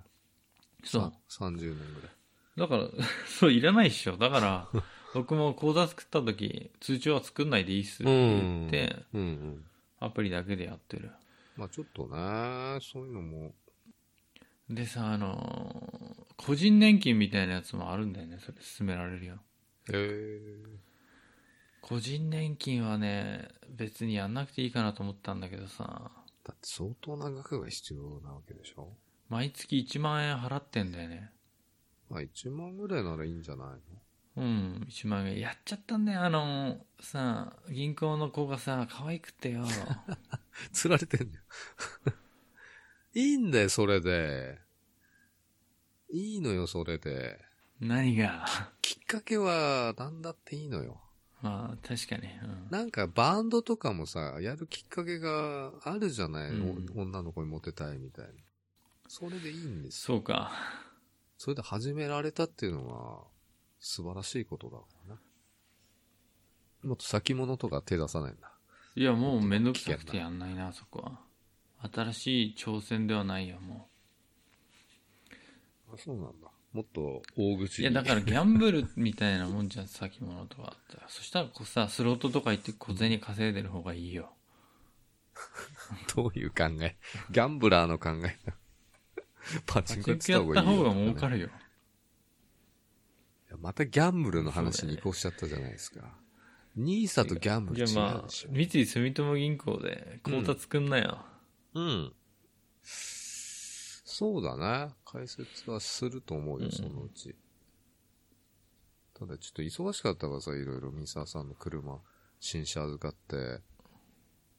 S1: そう。
S2: さ。30年ぐらい。
S1: だから、 そう、いらないっしょ。だ から、僕も口座作った時、通帳は作んないでいいっすって言って、
S2: うんうん。
S1: アプリだけでやってる。
S2: まあちょっとね、そういうのも。
S1: でさ、あのー個人年金みたいなやつもあるんだよね。それ勧められるよ。
S2: へえ。
S1: 個人年金はね、別にやんなくていいかなと思ったんだけどさ、
S2: だって相当な額が必要なわけでしょ
S1: 毎月1万円払ってんだよね。
S2: まあ1万ぐらいならいいんじゃないの
S1: うん、1万円。やっちゃったんだよ、あのーさ、銀行の子がさ、可愛くてよ。
S2: 釣られてんのよ。いいん だよ、それで。いいのよ、それで。
S1: 何が。
S2: きっかけは、なんだっていいのよ。
S1: まあ、確かに。うん
S2: なんか、バンドとかもさ、やるきっかけがあるじゃない、
S1: うん
S2: お女の子にモテたいみたいな。それでいいんです。
S1: そうか。
S2: それで始められたっていうのは、素晴らしいことだからね。もっと先物とか手出さないんだ。
S1: いや、もうめんどくさくてやんないな、そこは。新しい挑戦ではないよ、も
S2: あそうなんだ。もっと大
S1: う。
S2: 口に
S1: いや、だからギャンブルみたいなもんじゃん、先物とかあったら。そしたらこうさ、スロットとか行って小銭稼いでる方がいいよ。
S2: どういう考えギャンブラーの考え だ。パチ
S1: パ
S2: ン
S1: チ
S2: コや
S1: ン
S2: っ
S1: コ
S2: て
S1: や
S2: た
S1: っ
S2: 方がい
S1: た
S2: い
S1: 方
S2: よ
S1: が儲かるよ。
S2: いやまたギャンブルの話に移行しちゃったじゃないですか。ニーサとギャンブル違うで
S1: じ
S2: し
S1: ゃ
S2: ょ。
S1: あまあ、三井住友銀行で口座作んなよ。
S2: うん。そうだね。解説はすると思う
S1: う
S2: よ、
S1: ん
S2: そのうち。ただちょっと忙しかったからさ、いろいろミサさんの車、新車預かって、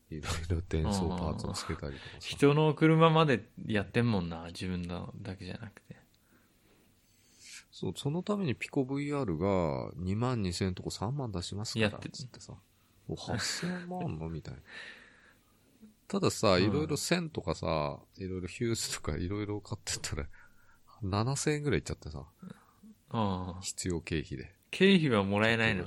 S2: いろいろ転送パーツをつけたりとかさ。
S1: 人の車までやってんもんな、自分のだけじゃなくて。
S2: そう、そのためにピコ VR が2万2000円とこ3万出しますから
S1: やって
S2: つってさ。お、8000万あんのみたいな。たださ、
S1: うん
S2: いろいろ1000とかさ、いろいろヒュースとかいろいろ買ってったら、7000円ぐらいいっちゃってさ、
S1: ああ。
S2: 必要経費で。
S1: 経費はもらえないの。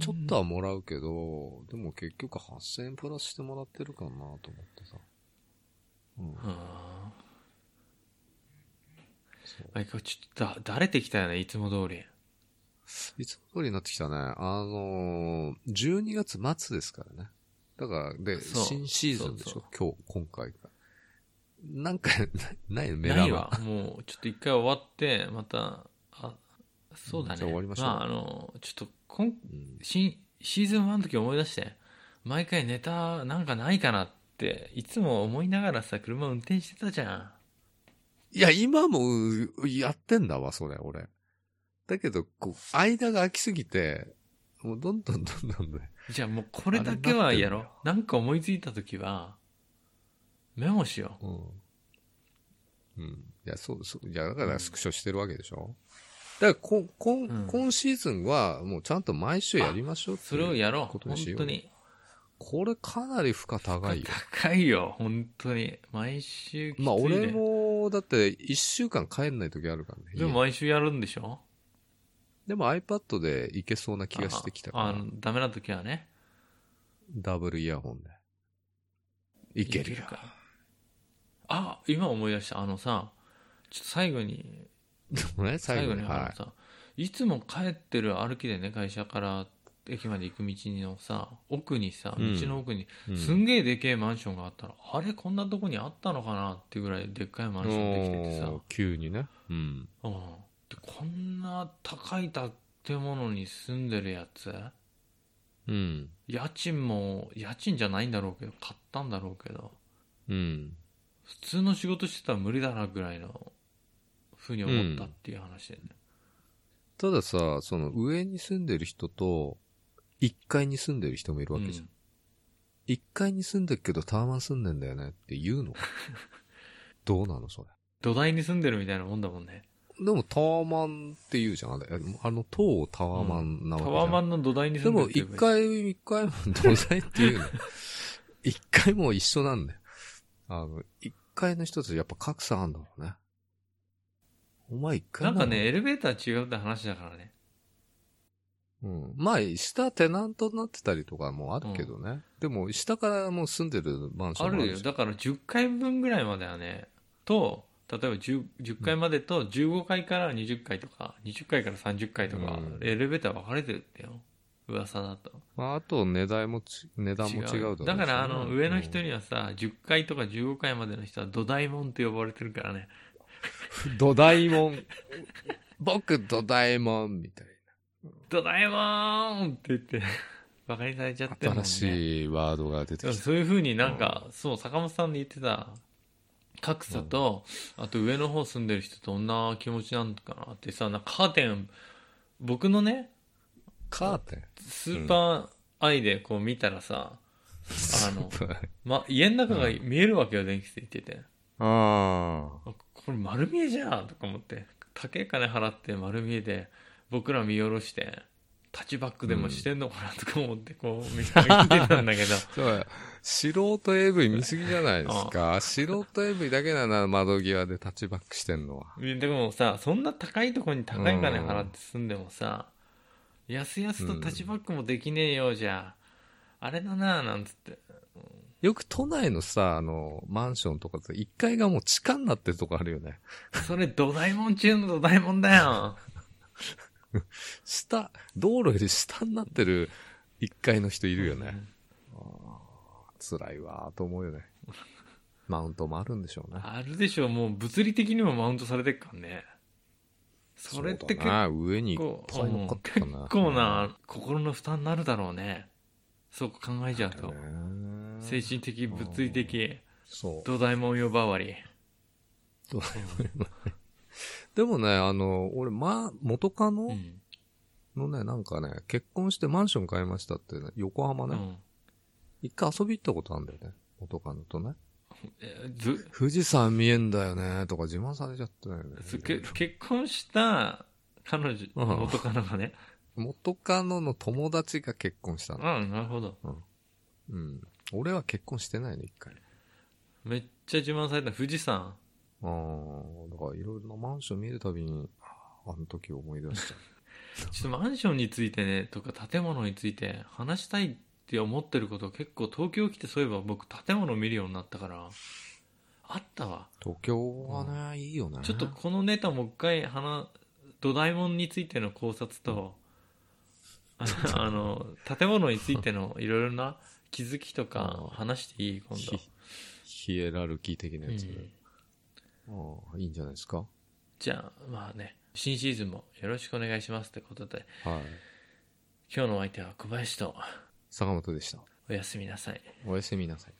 S2: ちょっとはもらうけど、でも結局8000円プラスしてもらってるかなと思ってさ。うん。
S1: あ
S2: そう
S1: あ。あいこれちょっとだ、だれてきたよね、いつも通り。
S2: いつも通りになってきたね。あのー、12月末ですからね。だから、で、
S1: そう
S2: 新シーズンでしょ
S1: そう
S2: 今日、今回が。なんか、 なないの目玉。
S1: ないわ。もう、ちょっと一回終わって、また、あ、そうだね。
S2: じゃあ終わりましょう
S1: あ、あの、ちょっと、こん、
S2: うん
S1: 新、シーズン1の時思い出して、毎回ネタなんかないかなって、いつも思いながらさ、車運転してたじゃん。
S2: いや、今もう、やってんだわ、それ、俺。だけど、こう、間が空きすぎて、もうどんどんどんどんね。
S1: じゃあもうこれだけはやろう。なんか思いついた時は、メモしよう。
S2: うん。うん。いや、そう、そう、いや、だからスクショしてるわけでしょ、だから、こ、こん、
S1: うん
S2: 今シーズンは、もうちゃんと毎週やりましょうっていう
S1: それをやろ
S2: こ
S1: う。
S2: とに
S1: 本
S2: しよう
S1: 当に。
S2: これかなり負荷高いよ。
S1: 高いよ、本当に。毎週きつい、ね。
S2: まあ俺。も、だって一週間帰んない時あるからね。
S1: でも
S2: 家
S1: 毎週やるんでしょ
S2: でも iPad でいけそうな気がしてきた
S1: あ
S2: か
S1: あ
S2: ら
S1: の、、ダメな時はね。
S2: ダブルイヤホンで。いけるよ。
S1: か。あ、今思い出した。あのさ、ちょっと最後に、
S2: でもね、最
S1: 最
S2: 後
S1: 後
S2: に、
S1: にあ
S2: は
S1: のさ、い、つも帰ってる歩きでね、会社から駅まで行く道のさ、奥にさ、
S2: うん
S1: 道の奥に、
S2: い。うん
S1: すんげえでけえマンションがあったら、あれこんなとこにあったのかなっていうぐらいでっかいマンションできててさ、
S2: おー急にね。うん。
S1: うん、でこんな高い建物に住んでるやつ
S2: ううん。
S1: 家賃も、家賃じゃないんだろうけど、買ったんだろうけど、
S2: うん。
S1: 普通の仕事してたら無理だなぐらいの、ふうに思ったっていう話でね。
S2: たださ、その上に住んでる人と、1階に住んでる人もいるわけじゃん。
S1: うん
S2: 1階に住んでるけどタワマン住んでんだよねって言 うのどうなのそ
S1: 土台に住んでるみたいなもんだもんね。
S2: れ。でもタワマンって言うじゃん、あれ。あの塔をタワマンなわけじゃん。
S1: タワマンの土台に
S2: で
S1: 住んで
S2: も
S1: るって
S2: 一
S1: 言えばいい
S2: 回、一回も同罪って言うの。 一回も一緒なんだよ。あの、一回の人とやっぱ格差あんだろうね。お前一回
S1: なん
S2: も
S1: かね、エ、レベーター違うって話だからね。
S2: うん。まあ、下テナントになってたりとかもあるけどね。でも、下からもう住んでるマンショ
S1: あ
S2: ンも
S1: るよ。
S2: し
S1: だから10階分ぐらいまではね、と、例えば 10, 10階までと15階から20階とか、20階から30階とか、
S2: うん
S1: エレベーター分かれてるってよ。噂だと。
S2: まあ、あと、値段もち、値段も違うだろうしね
S1: だから、あの、上の人
S2: うん
S1: にはさ、10階とか15階までの人は土台門って呼ばれてるからね。
S2: 土台もん。僕、土台もん、みたい
S1: 土台門って言って、 バカにされちゃって
S2: な。
S1: るもんね。
S2: 新しいワードが出て
S1: だから
S2: きた。
S1: そういうふうになんか、そう、坂本さんで言ってた、格差と、あと上の方住んでる人どんな気持ちなんかなってさ、なんかカーテン、僕のね、
S2: カーテン。
S1: スーパーアイでこう見たらさ、あの、ま、家の中が
S2: う
S1: 見えるわけよ、電気ついてて。
S2: ああ。
S1: あこれ丸見えじゃんとか思って、高い金払って丸見えで、僕ら見下ろして、タッチバックでもしてんのかなとか思って、こう、見てたんだけど、
S2: そう素人 AV 見すぎじゃないですか。素人 AV だけだな、窓際でタッチバックしてんのは。
S1: でもさそんな高いとこに高い金払って住んでもさ、やすやすとタッチバックもできねえようじゃ、あれだなあなんつって
S2: よく都内のさ、あの、マンションとかさ、1階がもう地下になってるとこあるよね。
S1: それ土台もん中の土台もんだ よ
S2: 下、道路より下になってる1階の人いるよね。辛いわーと思うよね。マウントもあるんでしょうね。
S1: あるでしょもう物理的にもマウントされてっからねそれって
S2: そう
S1: 結
S2: だ
S1: 構
S2: な上にいっぱい乗っかってた
S1: う
S2: な。
S1: ん結構な心の負担になるだろうねそう考えちゃうと、
S2: ね。
S1: 精神的物理的
S2: そう。
S1: 土台もん呼ばわり
S2: でもね、あの、俺、ま、元カノ、
S1: うん、
S2: のね、なんかね、結婚してマンション買いましたってね、横浜
S1: う
S2: ね、
S1: ん、
S2: 一回遊び行ったことあるんだよね、元カノとね。
S1: えず
S2: 富士山見えんだよね、とか自慢されちゃったよね。
S1: すけ結婚した彼女、
S2: うん
S1: 元カノがね。
S2: 元カノの友達が結婚した
S1: う
S2: の。
S1: ん、なるほど。
S2: うん。俺は結婚してないね、一回。
S1: めっちゃ自慢された富士山。
S2: あー、だからいろいろなマンション見るたびに、あの時思い出した。
S1: ちょっとマンションについてね、とか建物について話したいって思ってること結構東京来てそういえば僕建物見るようになったから、あったわ。
S2: 東京はね、いいよね。
S1: ちょっとこのネタもう一回話、土台門についての考察と、あ の、あの建物についてのいろいろな気づきとか話していい今度
S2: ひ。ヒエラルキー的なやつ。
S1: うん
S2: あーいいんじゃないですか。
S1: じゃあ、まあね、新シーズンもよろしくお願いしますってことで、
S2: はい。
S1: 今日のお相手は小林と、
S2: 坂本でした。
S1: おやすみなさい。
S2: おやすみなさい。